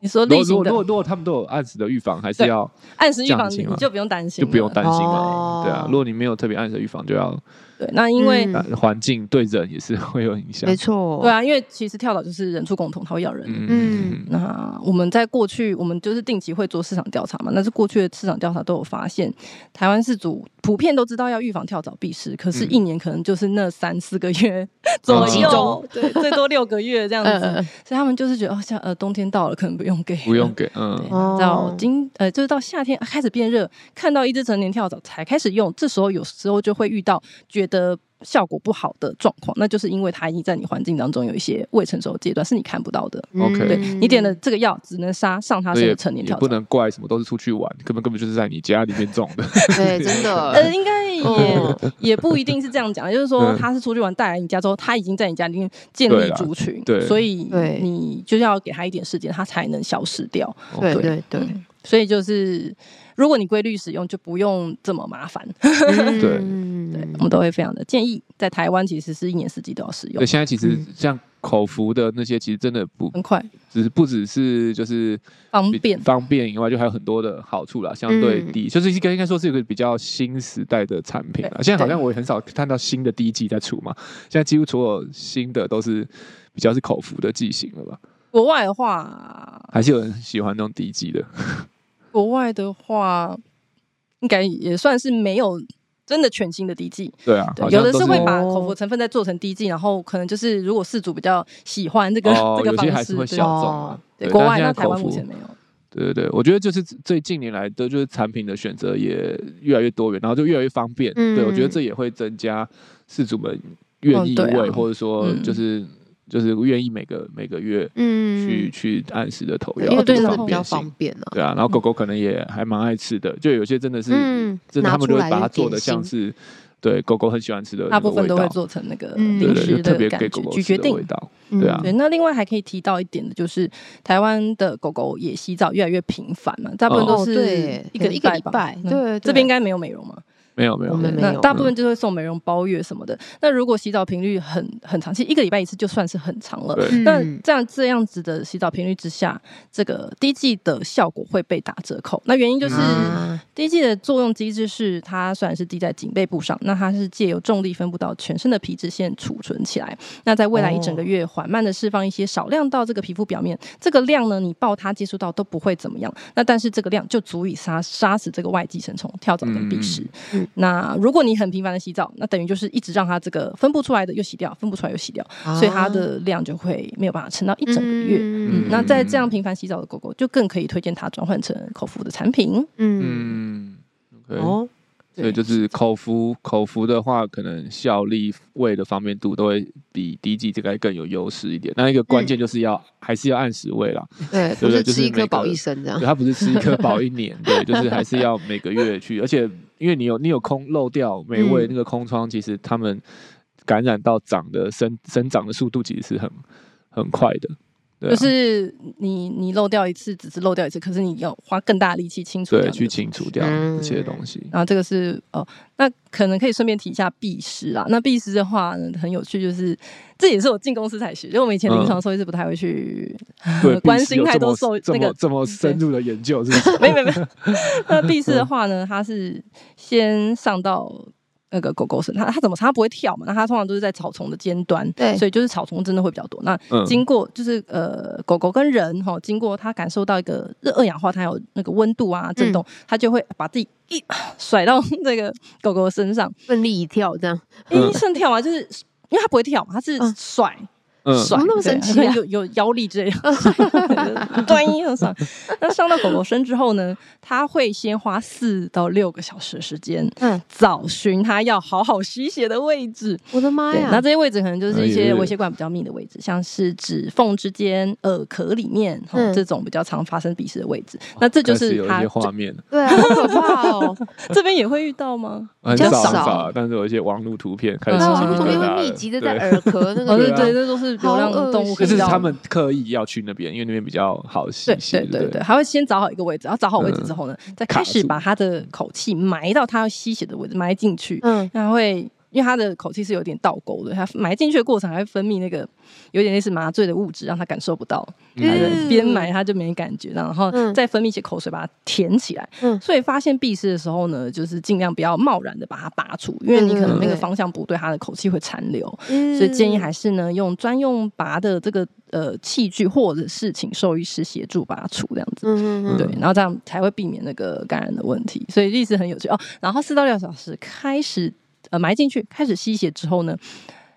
Speaker 4: 你说
Speaker 3: 如
Speaker 4: 例
Speaker 3: 果如
Speaker 4: 行
Speaker 3: 果如
Speaker 4: 哦的
Speaker 3: 果如果他们都有按时的预防，还是
Speaker 4: 对
Speaker 3: 要
Speaker 4: 按时预防，
Speaker 3: 这样
Speaker 4: 你
Speaker 3: 行吗
Speaker 4: 你就不用担心
Speaker 3: 就
Speaker 4: 了，
Speaker 3: 不用担心
Speaker 2: 哦
Speaker 3: 了。对啊，如果你没有特别按时的预防，就要
Speaker 4: 对，那因为
Speaker 2: 嗯
Speaker 3: 啊环境对人也是 会有影响
Speaker 2: 没。错，
Speaker 4: 对啊，因为其实跳蚤就是人畜共同，它会咬人。
Speaker 2: 嗯
Speaker 4: 那我们在过去，我们就是定期会做市场调查嘛。那是过去的市场调查都有发现，台湾饲主普遍都知道要预防跳蚤避虱，可
Speaker 3: 嗯
Speaker 4: 是，一年可能就是那三四个月
Speaker 3: 哦
Speaker 4: 左
Speaker 3: 集
Speaker 4: 右
Speaker 2: 中，
Speaker 4: 对，最多六个月这样
Speaker 2: 嗯
Speaker 4: 子。
Speaker 2: 嗯
Speaker 4: 所以他们就是觉得，哦，像呃，冬天到了，可能不用给，
Speaker 3: 不用。给
Speaker 4: 对
Speaker 3: 嗯，
Speaker 2: 哦
Speaker 4: 到今呃，就是到夏天啊开始变热，看到一只成年跳蚤才开始用，这时候有时候就会遇到觉得效果不好的状况，那就是因为它已经在你环境当中有一些未成熟的阶段是你看不到的。
Speaker 2: 嗯
Speaker 3: OK
Speaker 4: 对你点的这个药只能杀上它
Speaker 3: 所
Speaker 4: 身
Speaker 3: 以
Speaker 4: 的成年
Speaker 3: 也
Speaker 4: 跳
Speaker 3: 不
Speaker 4: 蚤。
Speaker 3: 能怪什么都是出去玩，根本根本就是在你家里面种 的。
Speaker 2: 对，真的，
Speaker 4: 呃，应该 也、
Speaker 2: 哦
Speaker 4: 也不一定是这样讲，就是说
Speaker 3: 嗯
Speaker 4: 它是出去玩带来你家之后，它已经在你家里面建
Speaker 3: 对
Speaker 4: 立
Speaker 3: 啦
Speaker 4: 族群，
Speaker 3: 对
Speaker 4: 所以
Speaker 2: 对
Speaker 4: 你就要给它一点时间，它才能消失掉。
Speaker 3: 哦
Speaker 2: 对
Speaker 4: 对
Speaker 2: 对对，
Speaker 4: 嗯所以就是，如果你规律使用，就不用这么麻烦。
Speaker 3: 对
Speaker 2: 嗯
Speaker 4: 对，我们都会非常的建议，在台湾其实是一年四季都要使用
Speaker 3: 对，，现在其实
Speaker 2: 嗯
Speaker 3: 像口服的那些，其实真的不
Speaker 4: 很快
Speaker 3: 只是不只是就是
Speaker 4: 方
Speaker 3: 比
Speaker 4: 便。嗯
Speaker 3: 方便以外，就还有很多的好处啦。相对低，就是应该应该说是一个比较新时代的产品啦。
Speaker 4: 对
Speaker 3: 现在好
Speaker 4: 对
Speaker 3: 像我也很少看到新的第一季在出嘛，现在几乎所有新的都是比较是口服的剂型了吧？
Speaker 4: 国外的话，
Speaker 3: 还是有人喜欢那种第一季的？
Speaker 4: 国外的话，应该也算是没有真的全新的滴剂，
Speaker 3: 对啊，
Speaker 4: 对
Speaker 3: 好，像
Speaker 4: 有的
Speaker 3: 都
Speaker 4: 是
Speaker 3: 是
Speaker 4: 会把
Speaker 2: 哦
Speaker 4: 口服成分再做成滴剂，然后可能就是如果事主比较喜欢这个、
Speaker 3: 哦，
Speaker 4: 这个
Speaker 3: 有些还
Speaker 4: 方
Speaker 3: 是
Speaker 4: 式，
Speaker 3: 会
Speaker 4: 对
Speaker 3: 小众啊
Speaker 2: 哦。
Speaker 4: 对
Speaker 3: 对
Speaker 4: 国
Speaker 3: 但
Speaker 4: 外
Speaker 3: 现
Speaker 4: 那
Speaker 3: 在
Speaker 4: 台湾
Speaker 3: 口
Speaker 4: 目
Speaker 3: 服
Speaker 4: 前没有。
Speaker 3: 对对对，我觉得就是最近年来的，就是产品的选择也越来越多元，然后就越来越方便。
Speaker 2: 嗯
Speaker 3: 对我觉得这也会增加饲主们愿意
Speaker 4: 哦对啊
Speaker 3: 为，或者说
Speaker 4: 嗯
Speaker 3: 就是、就是愿意每个每个月
Speaker 2: 嗯
Speaker 3: 去、去按时的投
Speaker 2: 对
Speaker 3: 药，
Speaker 2: 因为
Speaker 3: 这
Speaker 2: 真
Speaker 3: 个
Speaker 2: 的
Speaker 4: 然后
Speaker 2: 比
Speaker 3: 便
Speaker 2: 较
Speaker 3: 性
Speaker 2: 方便了，
Speaker 3: 对啊，然后狗狗可能也还蛮爱吃的，就有些真的是，
Speaker 2: 嗯
Speaker 3: 真的
Speaker 2: 拿
Speaker 3: 他们就
Speaker 2: 出
Speaker 3: 会
Speaker 2: 来
Speaker 3: 把它
Speaker 2: 就
Speaker 3: 做
Speaker 2: 点
Speaker 3: 的像
Speaker 2: 心
Speaker 3: 是对狗狗很喜欢吃的那
Speaker 4: 大部
Speaker 3: 个
Speaker 4: 分
Speaker 3: 味
Speaker 4: 都会
Speaker 3: 道
Speaker 4: 做成那个
Speaker 2: 嗯
Speaker 3: 对
Speaker 4: 零
Speaker 3: 对，
Speaker 4: 食
Speaker 3: 就特别
Speaker 4: 的感
Speaker 3: 给
Speaker 4: 觉，
Speaker 3: 狗狗
Speaker 4: 咀
Speaker 3: 吃
Speaker 4: 嚼
Speaker 3: 的
Speaker 4: 定
Speaker 3: 味。道。
Speaker 2: 嗯
Speaker 3: 对啊
Speaker 4: 对，那另外还可以提到一点的，就是台湾的狗狗也洗澡越来越频繁嘛，大部分都
Speaker 2: 哦，
Speaker 4: 是
Speaker 2: 对，
Speaker 4: 一个
Speaker 2: 一个礼
Speaker 4: 吧
Speaker 2: 拜，
Speaker 4: 嗯
Speaker 2: 对，
Speaker 4: 这边应
Speaker 2: 该
Speaker 4: 该没有美容嘛，
Speaker 3: 没有没有
Speaker 2: 我，
Speaker 3: 没
Speaker 2: 们
Speaker 3: 有
Speaker 2: 没
Speaker 4: 那
Speaker 2: 有嗯
Speaker 4: 大部分就会送美容包月什么的。那如果洗澡频率很很长，其实一个礼拜一次就算是很长了。
Speaker 3: 对
Speaker 2: 嗯
Speaker 4: 那这样这样子的洗澡频率之下，这个滴剂的效果会被打折扣。那原因就是
Speaker 2: 嗯
Speaker 4: 滴剂的作用机制是，它虽然是滴在颈背部上，那它是借由重力分布到全身的皮脂腺储存起来。那在未来一
Speaker 2: 哦
Speaker 4: 整个月，缓慢的释放一些少量到这个皮肤表面，这个量呢，你抱它接触到都不会怎么样。那但是这个量就足以杀杀死这个外寄生虫、跳蚤跟蜱虱。
Speaker 2: 嗯嗯
Speaker 4: 那如果你很频繁的洗澡，那等于就是一直让它这个分布出来的又洗掉，分布出来又洗掉，
Speaker 2: 啊
Speaker 4: 所以它的量就会没有办法撑到一整个月。
Speaker 2: 嗯
Speaker 4: 嗯，那在这样频繁洗澡的狗狗，就更可以推荐它转换成口服的产品。
Speaker 2: 嗯
Speaker 3: 嗯，OK，
Speaker 2: 哦，
Speaker 3: 所以就是口服口服的话，可能效力、味的方面度都会比滴剂这个更有优势一点。那一个
Speaker 4: 嗯
Speaker 3: 关键就是要、还是要按时喂 啦，
Speaker 2: 对，不
Speaker 3: 对
Speaker 2: 是
Speaker 3: 就是
Speaker 2: 吃一颗
Speaker 3: 每
Speaker 2: 饱
Speaker 3: 个
Speaker 2: 一生这样
Speaker 4: 啊
Speaker 3: 对，，它不是吃一颗饱一年，对，就是还是要每个月去，而且因为你有你有空漏掉美味
Speaker 2: 嗯
Speaker 3: 那个空窗，其实它们感染到长的生生长的速度其实是很很快的，对啊
Speaker 4: 就是你你漏掉一次，只是漏掉一次，可是你要花更大的力气清除掉
Speaker 3: 对，
Speaker 4: 那个
Speaker 3: 去清除掉
Speaker 2: 嗯
Speaker 3: 这些东西。
Speaker 4: 然后这个是哦，那可能可以顺便提一下避师啊。那避师的话呢，很有趣，就是这也是我进公司才学，因为我们以前
Speaker 3: 嗯
Speaker 4: 临床兽医是不太会去、
Speaker 3: 对，
Speaker 4: 关
Speaker 3: 必须有
Speaker 4: 心太
Speaker 3: 这
Speaker 4: 多
Speaker 3: 么
Speaker 4: 受
Speaker 3: 这
Speaker 4: 那
Speaker 3: 么
Speaker 4: 个。嗯
Speaker 3: 这么深入的研究，是不是？
Speaker 4: 没有没有没有， 那避师呃的话呢，它是先上到那个狗狗身，它它怎么它不会跳嘛？那它通常都是在草丛的尖端，
Speaker 2: 对
Speaker 4: 所以就是草丛真的会比较多。那
Speaker 3: 嗯
Speaker 4: 经过就是呃，狗狗跟人哈、经过它感受到一个热二氧化碳有那个温度啊震动，它就会把自己一 甩到这个狗狗的身上，
Speaker 2: 奋力一跳 这样，
Speaker 4: 哎、
Speaker 3: 嗯
Speaker 4: 肾跳啊，就是因为它不会跳嘛，它是
Speaker 2: 嗯
Speaker 4: 甩、
Speaker 3: 嗯
Speaker 4: 甩，
Speaker 2: 怎么那么
Speaker 4: 对
Speaker 2: 神奇
Speaker 4: 可能
Speaker 2: 啊
Speaker 4: 有有腰力之类的， 端一很爽。那上到狗狗身之后呢，它会先花四到六个小时的时间
Speaker 2: 嗯，
Speaker 4: 找寻它要好好吸血的位置。
Speaker 2: 我的妈
Speaker 4: 对，那
Speaker 2: 呀，
Speaker 4: 这些位置可能就是一
Speaker 3: 哎
Speaker 4: 些
Speaker 3: 呦
Speaker 4: 微血管比较密的位置，像是指缝之间、耳壳里面，哦
Speaker 2: 嗯
Speaker 4: 这种比较常发生鼻屎的位置。那这就
Speaker 3: 开始
Speaker 4: 是
Speaker 3: 有一
Speaker 4: 它
Speaker 3: 些画面，
Speaker 2: 对啊，好可怕 哦！
Speaker 4: 这边也会遇到吗？
Speaker 3: 很
Speaker 2: 较
Speaker 3: 少很
Speaker 2: 少
Speaker 3: 少，但是有一些网络图片开始
Speaker 4: 嗯
Speaker 2: 那
Speaker 3: 鸡
Speaker 2: 网
Speaker 3: 皮
Speaker 2: 络图片
Speaker 3: 疙
Speaker 2: 会
Speaker 3: 瘩
Speaker 2: 密
Speaker 3: 了
Speaker 2: 集的在
Speaker 3: 对
Speaker 2: 耳壳那
Speaker 4: 哦，
Speaker 2: 个
Speaker 4: 对
Speaker 2: 地
Speaker 3: 啊
Speaker 2: 方
Speaker 4: 对，这都是流浪
Speaker 2: 好恶
Speaker 4: 动物
Speaker 2: 心
Speaker 4: 会
Speaker 3: 就
Speaker 4: 遇
Speaker 3: 是
Speaker 4: 到
Speaker 3: 他
Speaker 4: 的
Speaker 3: 们刻意要去那边，因为那边比较好吸
Speaker 4: 对
Speaker 3: 吸，
Speaker 4: 对
Speaker 3: 不
Speaker 4: 对对，还会先找好一个位置，然后找好位置之后呢，再开
Speaker 3: 卡
Speaker 4: 始
Speaker 3: 住
Speaker 4: 把他的口气埋到他要吸血的位置，埋进去。
Speaker 2: 嗯，
Speaker 4: 那会因为他的口气是有点倒钩的，他埋进去的过程还会分泌那个有点类似麻醉的物质，让他感受不到。他
Speaker 3: 嗯
Speaker 4: 就边埋他就没感觉，然后
Speaker 2: 嗯
Speaker 4: 再分泌一些口水把它填起来。
Speaker 2: 嗯
Speaker 4: 所以发现闭湿的时候呢，就是尽量不要贸然的把它拔出，因为你可能那
Speaker 2: 嗯对
Speaker 4: 个方向不对，他的口气会残留。
Speaker 2: 嗯
Speaker 4: 所以建议还是呢用专用拔的这个呃器具，或者是请兽医师协助拔除这样子。
Speaker 2: 嗯嗯
Speaker 4: 对，然后这样才会避免那个感染的问题，所以历史很有趣哦。然后四到六小时开始呃埋进去，开始吸血之后呢，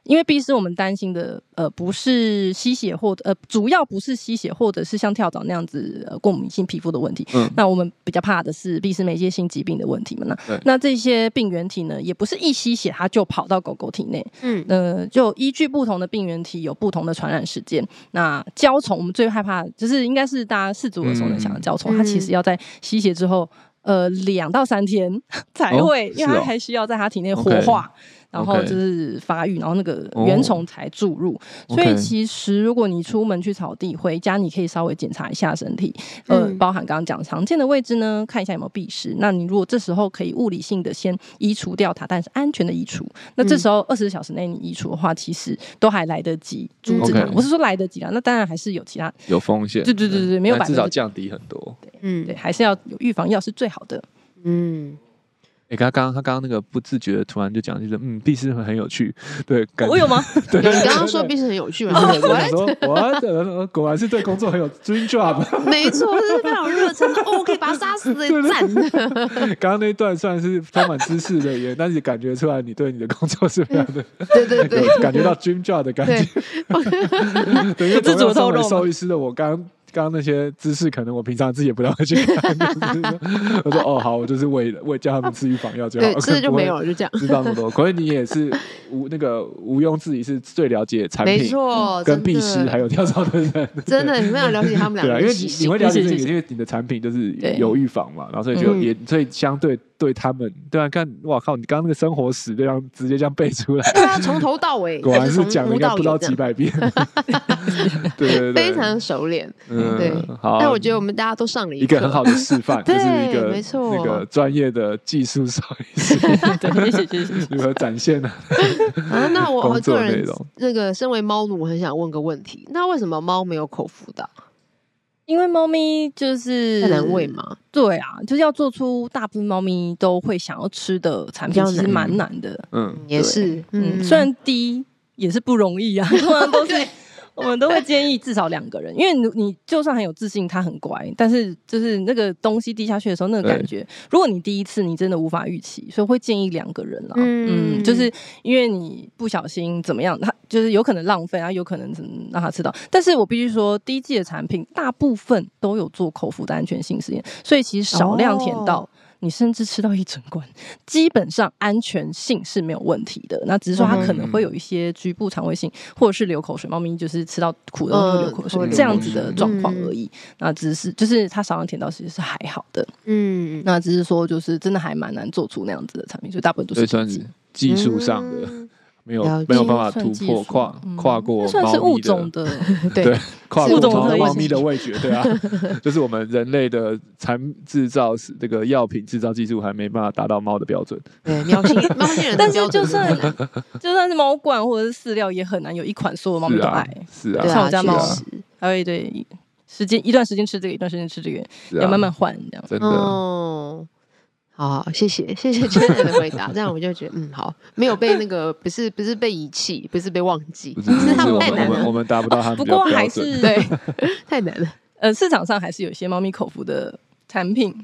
Speaker 4: 因为必是我们担心的呃不是吸血或呃主要不是吸血或者是像跳蚤那样子呃过敏性皮肤的问题，
Speaker 3: 嗯
Speaker 4: 那我们比较怕的是必是媒介性疾病的问题嘛，那
Speaker 3: 对
Speaker 4: 那这些病原体呢也不是一吸血它就跑到狗狗体内，
Speaker 2: 嗯
Speaker 4: 呃，就依据不同的病原体有不同的传染时间。那胶虫，我们最害怕就是应该是大家四足耳熟能详的胶虫，
Speaker 2: 嗯
Speaker 4: 它其实要在吸血之后，呃，两到三天才会，因
Speaker 3: 是
Speaker 4: 为它
Speaker 3: 哦
Speaker 4: 还需要在它体内活
Speaker 3: OK
Speaker 4: 化然后
Speaker 3: OK
Speaker 4: 就是发育，然后那个原虫才注入。所以
Speaker 3: 哦 OK
Speaker 4: 其实如果你出门去草地，回家你可以稍微检查一下身体，呃，
Speaker 2: 嗯
Speaker 4: 包含刚刚讲常见的位置呢，看一下有没有闭湿。那你如果这时候可以物理性的先移除掉它，但是安全的移除，那
Speaker 2: 嗯
Speaker 4: 这时候二十小时内你移除的话，其实都还来得及
Speaker 2: 嗯
Speaker 4: 阻止它。
Speaker 3: OK
Speaker 4: 我是说来得及啦，那当然还是有其他
Speaker 3: 有风险。
Speaker 4: 对对对对没有
Speaker 3: 但至
Speaker 4: 百分
Speaker 3: 少
Speaker 4: 之
Speaker 3: 降低很多。
Speaker 2: 嗯
Speaker 4: 对，还是要有预防药是最好的。
Speaker 2: 嗯，
Speaker 3: 哎，刚刚他刚刚那个不自觉的突然就讲，就是嗯，必是很有趣，对，感
Speaker 4: 我 有吗？
Speaker 3: 对，
Speaker 2: 你刚刚说必是很有趣嘛？
Speaker 3: 我想说，我果然是对工作很有 dream job。
Speaker 2: 没错，这是非常热忱的哦，可以把他杀死的赞。
Speaker 3: 刚刚那一段虽然是充满知识的言，但是感觉出来你对你的工作是非常的
Speaker 2: 对对对
Speaker 3: 有感觉到 dream job 的感
Speaker 2: 对
Speaker 3: 觉。，对，因为
Speaker 4: 自主
Speaker 3: 同样身
Speaker 4: 透露
Speaker 3: 为
Speaker 4: 吗
Speaker 3: 兽医师的我，刚刚刚那些知识，可能我平常自己也不太会去看。就是 我说哦，好，我就是为了为叫他们吃预防药就好
Speaker 2: 对，，这就没有
Speaker 3: 可能不会
Speaker 2: 了，就这样。
Speaker 3: 知道那么多。可是你也是无那个毋庸置疑是最了解产
Speaker 2: 没
Speaker 3: 品、
Speaker 2: 错，
Speaker 3: 跟
Speaker 2: 真
Speaker 3: 必
Speaker 2: 的
Speaker 3: 师还有跳蚤的人。
Speaker 2: 真的，你非常了解他们两
Speaker 3: 对啊，
Speaker 2: 个
Speaker 3: 因
Speaker 2: 的
Speaker 3: 为
Speaker 2: 习
Speaker 3: 你
Speaker 2: 性。
Speaker 3: 你会了解这
Speaker 4: 是
Speaker 3: 个，
Speaker 4: 是是
Speaker 3: 因为你的产品就是
Speaker 4: 对
Speaker 3: 有预防嘛，然后所以就
Speaker 2: 嗯
Speaker 3: 也所以相对对他们对啊，看哇靠，你刚刚那个生活史就这样直接这样背出来，
Speaker 2: 对啊，从头到 尾，
Speaker 3: 果然
Speaker 2: 就是从
Speaker 3: 讲了
Speaker 2: 无
Speaker 3: 应该
Speaker 2: 到
Speaker 3: 不到
Speaker 2: 有这
Speaker 3: 几
Speaker 2: 样，
Speaker 3: 百遍， 对对对，
Speaker 2: 非常熟练。
Speaker 3: 嗯
Speaker 2: 对哎
Speaker 3: 好，
Speaker 2: 但我觉得我们大家都上了
Speaker 3: 一个很好的示 范，就
Speaker 2: 对
Speaker 3: 是一个
Speaker 2: 没错
Speaker 3: 那个专业的技术上
Speaker 4: 对，谢谢谢谢。
Speaker 3: 如何展现 呢？
Speaker 2: 啊，那我
Speaker 3: 工
Speaker 2: 个
Speaker 3: 作内
Speaker 2: 人
Speaker 3: 容
Speaker 2: 那个身为猫奴，我很想问个问题：那为什么猫没有口服的？
Speaker 4: 因为猫咪就是
Speaker 2: 太难喂嘛？
Speaker 4: 对啊，就是要做出大部分猫咪都会想要吃的产
Speaker 2: 比
Speaker 4: 品，
Speaker 2: 较
Speaker 4: 其实
Speaker 2: 难
Speaker 4: 蛮难的。
Speaker 3: 嗯，
Speaker 2: 也是，
Speaker 4: 嗯，虽然低也是不容易啊，通常都是
Speaker 2: 对
Speaker 4: 我们都会建议至少两个人，因为你你就算很有自信，它很乖，但是就是那个东西滴下去的时候，那个
Speaker 3: 对
Speaker 4: 感觉，如果你第一次你真的无法预期，所以会建议两个人啦。
Speaker 2: 嗯
Speaker 4: 嗯就是因为你不小心怎么样，它就是有可能浪费啊，有可能嗯让它吃到。但是我必须说，第一季的产品大部分都有做口服的安全性实验，所以其实少量舔到。
Speaker 2: 哦
Speaker 4: 你甚至吃到一整罐，基本上安全性是没有问题的。那只是说它可能会有一些局部肠胃性，或者是流口水，猫咪就是吃到苦的呃会流口水、嗯
Speaker 2: 嗯
Speaker 4: 这样子的状况而已。那只是就是它少量舔到其实是还好的，
Speaker 2: 嗯，
Speaker 4: 那只是说就是真的还蛮难做出那样子的产品，所以大部分都
Speaker 3: 所以
Speaker 4: 是
Speaker 3: 算
Speaker 4: 自己
Speaker 3: 是技术上的
Speaker 2: 嗯
Speaker 3: 没有
Speaker 2: 了解
Speaker 3: 没有办法
Speaker 4: 算
Speaker 3: 突
Speaker 4: 技
Speaker 3: 破
Speaker 4: 术
Speaker 3: 跨
Speaker 5: 嗯
Speaker 3: 跨过
Speaker 4: 算是
Speaker 3: 猫
Speaker 4: 物
Speaker 3: 咪的
Speaker 4: 种的，
Speaker 3: 对
Speaker 2: 对，
Speaker 3: 跨
Speaker 4: 是
Speaker 3: 过
Speaker 4: 物种
Speaker 3: 猫
Speaker 4: 的
Speaker 3: 猫
Speaker 4: 意
Speaker 3: 咪
Speaker 4: 思
Speaker 3: 的味觉，对 啊，就是我们人类的产制造是这个药品制造技术还没办法达到猫的标准。
Speaker 2: 对，喵星喵星人的
Speaker 4: 但
Speaker 2: 标
Speaker 4: 是就
Speaker 2: 准
Speaker 4: 算
Speaker 2: 很难
Speaker 4: 就算是猫罐或者是饲料，也很难有一款所有猫咪
Speaker 3: 是
Speaker 4: 都
Speaker 3: 啊
Speaker 4: 爱。，
Speaker 3: 是
Speaker 2: 对
Speaker 3: 啊，
Speaker 4: 像我
Speaker 2: 啊，
Speaker 4: 家
Speaker 2: 确
Speaker 4: 猫
Speaker 2: 实，
Speaker 4: 还会对时间一段时间吃这个，一段时间吃这个，
Speaker 3: 是
Speaker 4: 要
Speaker 3: 啊，
Speaker 4: 慢慢换这样。
Speaker 3: 真的。
Speaker 2: 哦，好，谢谢谢谢 j e n 的回答，这样我就觉得嗯，好，没有被那个不是不是被遗弃，不是被忘记
Speaker 3: 不，是，
Speaker 2: 是
Speaker 3: 不是
Speaker 2: 他们
Speaker 3: 我
Speaker 2: 太
Speaker 3: 们
Speaker 2: 难
Speaker 3: 我们我
Speaker 2: 了，
Speaker 3: 们达不到他们
Speaker 4: 不
Speaker 3: 比较
Speaker 4: 过
Speaker 3: 标
Speaker 4: 还
Speaker 3: 准嗯
Speaker 4: 是
Speaker 2: 对，太难了，
Speaker 4: 呃，市场上还是有一些猫咪口服的产品，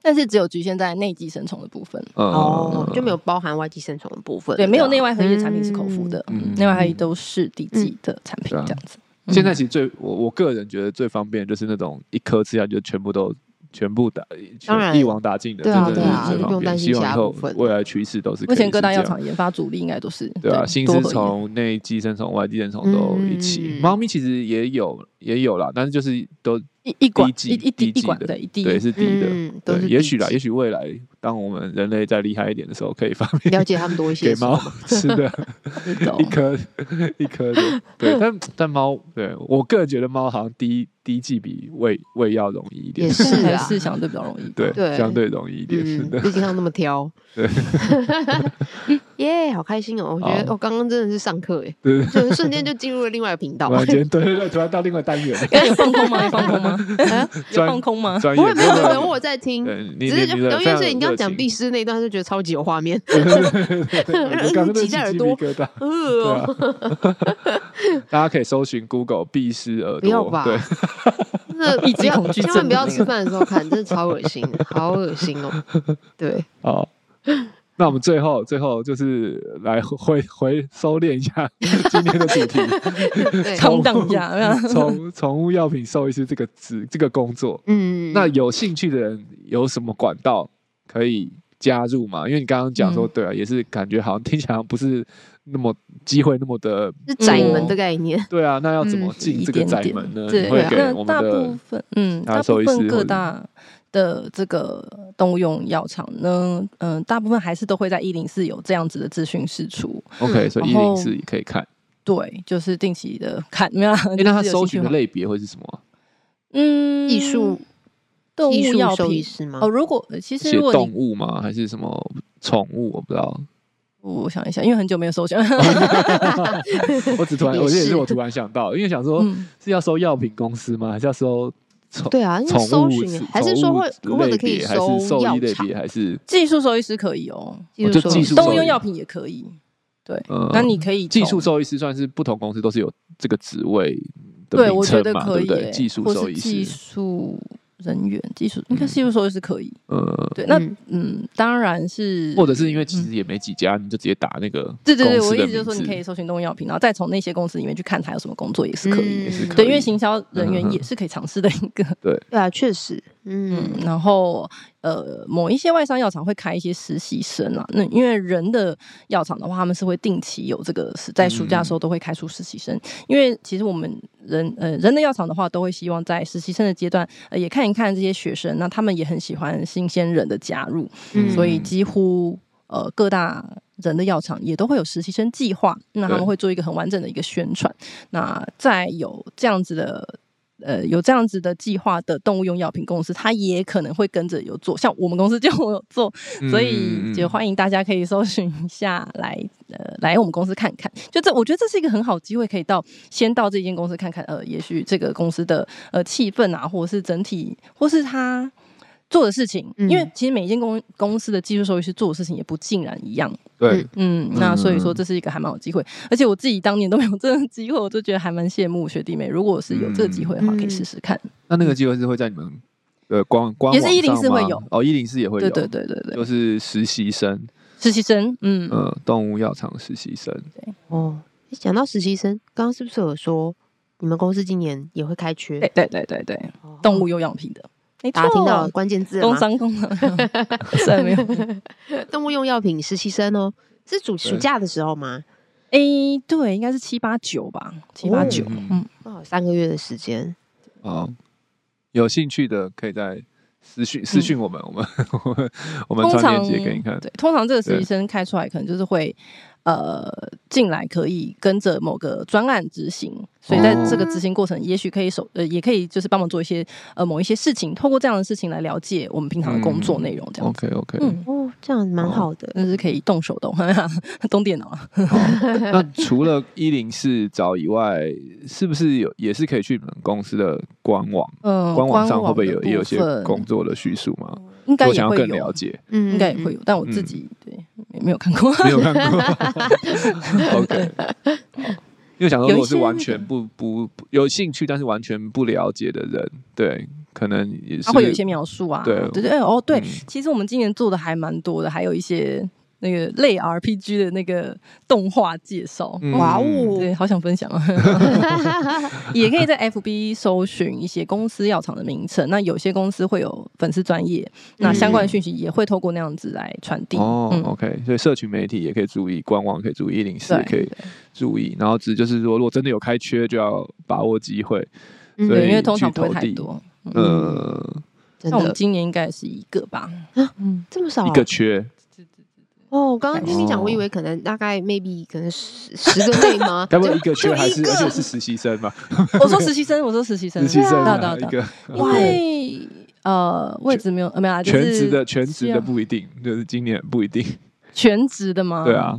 Speaker 4: 但是只有局限在内寄生虫的部分，
Speaker 3: 嗯
Speaker 2: 哦，就没
Speaker 3: 有
Speaker 2: 有包含外寄生虫的部分，啊
Speaker 4: 对，没有内
Speaker 2: 外，
Speaker 4: 外合一的产品是口服的，
Speaker 3: 啊嗯
Speaker 4: 内外合一都是滴剂的产品
Speaker 3: 嗯
Speaker 4: 这样子。
Speaker 3: 现在其实最我我个人觉得最方便就是那种一颗吃下去就全部都全部打，全
Speaker 2: 当然
Speaker 3: 一网打尽的，
Speaker 2: 对啊
Speaker 3: 这真的
Speaker 4: 对啊
Speaker 3: 是最
Speaker 2: 不
Speaker 4: 就
Speaker 3: 方
Speaker 2: 用
Speaker 3: 便。
Speaker 2: 担
Speaker 3: 希
Speaker 2: 心
Speaker 3: 望以
Speaker 2: 其他
Speaker 3: 后
Speaker 2: 部分
Speaker 3: 未来趋势都是可
Speaker 4: 目
Speaker 3: 以
Speaker 4: 前各
Speaker 3: 是
Speaker 4: 大
Speaker 3: 这
Speaker 4: 药
Speaker 3: 样
Speaker 4: 厂研发主力应该都是
Speaker 3: 对啊，新
Speaker 4: 多
Speaker 3: 丝
Speaker 4: 合一
Speaker 3: 虫、内寄生虫、外寄生虫都一起
Speaker 2: 嗯。
Speaker 3: 猫咪其实也有也有啦，但是就是都
Speaker 4: 一一管
Speaker 3: 滴剂
Speaker 4: 一一滴
Speaker 3: 滴剂
Speaker 4: 一管
Speaker 3: 的
Speaker 4: 对一滴
Speaker 3: 对是低的。
Speaker 2: 嗯，都
Speaker 3: 对，
Speaker 2: 是
Speaker 3: 也许啦，也
Speaker 2: 许
Speaker 3: 许未来当我们人类再厉害一点的时候，可以发明
Speaker 2: 了解他们多一些
Speaker 3: 给
Speaker 2: 的时候，
Speaker 3: 猫吃的
Speaker 4: 的 哦
Speaker 3: 一颗一颗的。对，但但猫，对我个人觉得猫好像滴滴剂比喂喂药容易一点
Speaker 2: 也，是
Speaker 4: 还
Speaker 2: 啊，
Speaker 4: 是相对比较容易。
Speaker 3: 对，
Speaker 2: 对
Speaker 3: 相对容易一点，是
Speaker 2: 嗯，
Speaker 3: 的。
Speaker 2: 毕竟他那么挑。 耶，好开心哦！我觉得
Speaker 3: 好
Speaker 2: 我刚刚真的是上课哎，
Speaker 3: 对
Speaker 2: 就是瞬间就进入了另外一个频 道
Speaker 3: 突。然间，对对对，突然到另外 单元，
Speaker 4: 刚哎有放空吗？有放 空吗？有
Speaker 3: 专
Speaker 4: 放空吗？
Speaker 3: 专业
Speaker 2: 不会，没有没有，没有
Speaker 3: 我
Speaker 2: 我有在听，
Speaker 3: 对，你
Speaker 2: 只
Speaker 3: 你
Speaker 2: 是
Speaker 3: 你
Speaker 2: 就
Speaker 3: 的非
Speaker 2: 因为
Speaker 3: 常
Speaker 2: 所以你刚
Speaker 3: 热
Speaker 2: 刚讲
Speaker 3: 情
Speaker 2: 必师那一段，就觉得超级有 画面。
Speaker 3: 我 刚刚
Speaker 2: 挤
Speaker 3: 起
Speaker 2: 在耳
Speaker 3: 鸡皮
Speaker 2: 朵
Speaker 3: 疙瘩。对
Speaker 2: 呃，
Speaker 3: 啊， 大家可以搜寻 Google 闭失耳朵，
Speaker 2: 不要吧
Speaker 3: 对，
Speaker 2: 那
Speaker 4: 一
Speaker 2: 不
Speaker 4: 级
Speaker 2: 要
Speaker 4: 恐惧
Speaker 2: 千万
Speaker 4: 症
Speaker 2: 不要吃饭的时候看，真的超恶心的，好恶心 哦。对，
Speaker 3: 好。那我们最后最后就是来回回收敛一下 今天的主题，
Speaker 2: 对，嗯
Speaker 4: 空荡 一下，
Speaker 3: 从宠物药品兽医师这个职这个工作，
Speaker 2: 嗯，
Speaker 3: 那有兴趣的人有什么管道可以加入吗？因为你刚刚讲说，
Speaker 4: 嗯
Speaker 3: 对啊，也是感觉好像听起来好像不是那么机会那么 的，
Speaker 2: 是窄门的概念。
Speaker 3: 对啊，那要怎
Speaker 4: 嗯
Speaker 3: 么进
Speaker 4: 一
Speaker 3: 这个
Speaker 4: 点
Speaker 3: 宅
Speaker 4: 点
Speaker 3: 门呢？
Speaker 4: 对
Speaker 3: 你会
Speaker 2: 啊
Speaker 3: 给我
Speaker 4: 那
Speaker 3: 们
Speaker 4: 大部
Speaker 3: 的
Speaker 4: 分，嗯，
Speaker 3: 拿
Speaker 4: 大
Speaker 3: 兽
Speaker 4: 部
Speaker 3: 医师
Speaker 4: 分
Speaker 3: 或
Speaker 4: 各
Speaker 3: 者
Speaker 4: 大的这个动物用药厂呢，嗯、大部分还是都会在一零四有这样子的资讯释出。
Speaker 3: OK，所以一
Speaker 4: 嗯然后
Speaker 3: 零四也可以 看。
Speaker 4: 对，就是定期的看，没有啦。
Speaker 3: 哎，那它
Speaker 4: 就是有
Speaker 3: 搜
Speaker 4: 兴趣
Speaker 3: 寻的
Speaker 4: 话，
Speaker 3: 类别会是什么啊？
Speaker 4: 嗯，
Speaker 2: 艺术、
Speaker 4: 动
Speaker 2: 艺
Speaker 4: 物
Speaker 2: 术
Speaker 4: 药
Speaker 2: 兽医
Speaker 4: 品
Speaker 2: 师吗
Speaker 4: 哦。？如果呃其实
Speaker 3: 写
Speaker 4: 如果
Speaker 3: 动
Speaker 4: 你
Speaker 3: 物吗？还是什么宠物？我不知 道。
Speaker 4: 我想一下，因为很久没有搜寻，
Speaker 3: 哦我只突然，
Speaker 2: 也
Speaker 3: 我这也是
Speaker 2: 是
Speaker 3: 我突然想到，因为想说
Speaker 4: 嗯
Speaker 3: 是要搜药品公司吗？还是要搜宠
Speaker 2: 对啊，因为
Speaker 3: 宠
Speaker 2: 搜
Speaker 3: 物
Speaker 2: 寻还是说
Speaker 3: 宠物
Speaker 2: 会或者
Speaker 3: 类
Speaker 2: 可以
Speaker 3: 别还是
Speaker 2: 搜
Speaker 3: 兽
Speaker 2: 药
Speaker 3: 医类
Speaker 2: 厂
Speaker 3: 别，还是
Speaker 4: 技术兽医师可以哦，
Speaker 3: 哦就 技术
Speaker 4: 动
Speaker 3: 兽
Speaker 4: 物用
Speaker 3: 医
Speaker 4: 药品也可以。对，
Speaker 3: 呃
Speaker 4: 那你可以
Speaker 3: 技术
Speaker 4: 从
Speaker 3: 兽医师算是不同公司都是有这个职位的
Speaker 4: 对，
Speaker 3: 名
Speaker 4: 我觉
Speaker 3: 称
Speaker 4: 得
Speaker 3: 嘛
Speaker 4: 可
Speaker 3: 对
Speaker 4: 以
Speaker 3: 不
Speaker 4: 耶，
Speaker 3: 对？技术
Speaker 4: 或
Speaker 3: 兽
Speaker 4: 是
Speaker 3: 医
Speaker 4: 技
Speaker 3: 师，嗯
Speaker 4: 术人员、技术应该技术兽医师可以。
Speaker 3: 呃，
Speaker 4: 对，那
Speaker 2: 嗯
Speaker 4: 嗯，当然是
Speaker 3: 或者是因为其实也没几家，你就直接打那个
Speaker 4: 嗯对对对，
Speaker 3: 公司
Speaker 4: 我
Speaker 3: 的
Speaker 4: 一直就
Speaker 3: 名
Speaker 4: 说你
Speaker 3: 字
Speaker 4: 可以搜寻动物药品，然后再从那些公司里面去看它有什么工作也是可以。嗯
Speaker 3: 也嗯是可以
Speaker 4: 对，因为行销人
Speaker 3: 嗯
Speaker 4: 员
Speaker 3: 哼
Speaker 4: 也是可以尝试的一个，
Speaker 2: 对啊，确实，嗯
Speaker 4: 嗯，，然后呃，某一些外商药厂会开一些实习生啊，那因为人的药厂的话，他们是会定期有这个是在暑假的
Speaker 3: 嗯
Speaker 4: 时候都会开出实习生，因为其实我们人呃人的药厂的话，都会希望在实习生的阶段、呃、也看一看这些学生，那他们也很喜欢新鲜人的加入，
Speaker 2: 嗯
Speaker 4: 所以几乎呃各大。人的药厂也都会有实习生计划，那他
Speaker 3: 对
Speaker 4: 们会做一个很完整的一个宣传。那在有这样子的呃有这样子的计划的动物用药品公司，它也可能会跟着有做，像我们公司就有做，所
Speaker 3: 嗯
Speaker 4: 以就欢迎大家可以搜寻一下来，呃，来我们公司看看。就这，我觉得这是一个很好机会，可以到先到这间公司看看，呃，也许这个公司的呃气氛啊，或者是整体，或是他。做的事情，
Speaker 2: 嗯
Speaker 4: 因为其实每一间公公司的技术兽医师做的事情也不尽然一样，
Speaker 3: 对
Speaker 4: 嗯，那所以说这是一个还蛮有机会，而且我自己当年都没有 这个机会，我就觉得还蛮羡慕学弟妹。如果是有这个机会的话，
Speaker 2: 嗯
Speaker 4: 可以试试看。
Speaker 3: 那那个机会是会在你们呃官官网
Speaker 4: 也是104
Speaker 3: 上吗
Speaker 4: 会有
Speaker 3: 哦，一零四也会有，
Speaker 4: 对对对对对，
Speaker 3: 就是实习生，
Speaker 4: 实习生，嗯，
Speaker 3: 呃，动物药厂实习生，
Speaker 2: 哦，诶讲到实习生，刚刚是不是有说你们公司今年也会开缺？
Speaker 4: 对对对对对，
Speaker 2: 哦
Speaker 4: 动物有养品的，没
Speaker 2: 大家听到
Speaker 4: 错
Speaker 2: 关键字了
Speaker 4: 工
Speaker 2: 吗？
Speaker 4: 商工 商，虽然没有。
Speaker 2: 动物用药品实习生哦，是暑暑
Speaker 3: 对
Speaker 2: 假的时候吗？
Speaker 4: 诶，对，应该是七八九吧，七八九，
Speaker 3: 嗯
Speaker 4: 嗯，
Speaker 2: 哦，三个月的时间，
Speaker 3: 哦，有兴趣的可以在私讯私 讯我们，我们我们我们
Speaker 4: 嗯通
Speaker 3: 传
Speaker 4: 常
Speaker 3: 链接给你看。
Speaker 4: 对，通常这个实
Speaker 3: 对
Speaker 4: 习生开出来可能就是会。呃进来可以跟着某个专案执行，所以在这个执行过程，也许可以手呃也可以就是帮忙做一些呃某一些事情，透过这样的事情来了解我们平常的工作内容，这样子。
Speaker 3: OK OK，
Speaker 4: 嗯
Speaker 2: 哦，这样蛮好的。
Speaker 4: 那是可以动手动， 动电脑啊。
Speaker 3: 那 除了一零四找以外，是不是有也是可以去你们公司的官网？
Speaker 4: 嗯，
Speaker 3: 官网上会不会有
Speaker 4: 官网的
Speaker 3: 也有一些
Speaker 4: 部分
Speaker 3: 工作的叙述吗？
Speaker 4: 应该
Speaker 3: 我
Speaker 4: 也
Speaker 3: 想要
Speaker 4: 会
Speaker 3: 更
Speaker 4: 有
Speaker 3: 了，解，
Speaker 2: 嗯，
Speaker 4: 应该也会有，但我自己对没没有看过。
Speaker 3: 没有看过。OK，好因 为想说，
Speaker 4: 有一
Speaker 3: 如果是
Speaker 4: 些
Speaker 3: 完
Speaker 4: 那
Speaker 3: 全
Speaker 4: 个
Speaker 3: 不不不有兴趣，但是完全不了解的人，对，可能也是
Speaker 4: 它会有一些描述啊，
Speaker 3: 对
Speaker 4: 对对，哎哦，对
Speaker 3: 嗯，
Speaker 4: 其实我们今年做的还蛮多的，还有一些那个类 RPG 的那个动画介绍，
Speaker 3: 嗯
Speaker 2: 哇哦，
Speaker 4: 对，好想 分享啊，也可以在 FB 搜寻一些公司药厂的名称，那有些公司会有粉丝专业，那相关的讯息也会透过那样子来传递，
Speaker 3: 嗯哦、
Speaker 4: 嗯，
Speaker 3: o k 所以社群媒体也可以注意，官网可以注意，一零四
Speaker 4: 对
Speaker 3: 可以注意，然后只就是说，如果真的有开缺，就要把握机会。所
Speaker 2: 嗯
Speaker 3: 以
Speaker 4: 对，因为通常
Speaker 3: 去
Speaker 4: 不会
Speaker 3: 投
Speaker 4: 太
Speaker 3: 递
Speaker 4: 多，嗯，
Speaker 3: 呃，
Speaker 2: 真
Speaker 4: 那我们
Speaker 2: 的
Speaker 4: 今年应该是一个吧，
Speaker 2: 这么少
Speaker 3: 一
Speaker 2: 啊
Speaker 3: 个缺，
Speaker 2: 哦。我刚刚听你讲，
Speaker 3: 哦
Speaker 2: 我以为可能大概 maybe 可能十十个
Speaker 3: ？
Speaker 2: 内吗
Speaker 3: 该不
Speaker 2: 就
Speaker 3: 会一个缺
Speaker 2: 就
Speaker 3: 还
Speaker 2: 一
Speaker 3: 是
Speaker 2: 个
Speaker 3: 而且是实习生 吧？
Speaker 4: 我说实习生，我说实习生，
Speaker 3: 实习生
Speaker 4: 对啊
Speaker 3: 啊
Speaker 4: 对啊对
Speaker 3: 一
Speaker 4: 啊
Speaker 3: 个
Speaker 4: 因为呃位置没有呃没有
Speaker 2: 啊
Speaker 4: 啦，就是
Speaker 3: 全职的全职
Speaker 4: 需
Speaker 3: 的
Speaker 4: 要
Speaker 3: 不一定，就是今年不 一定，
Speaker 4: 全职的
Speaker 2: 嗯
Speaker 4: 吗？
Speaker 3: 对，啊，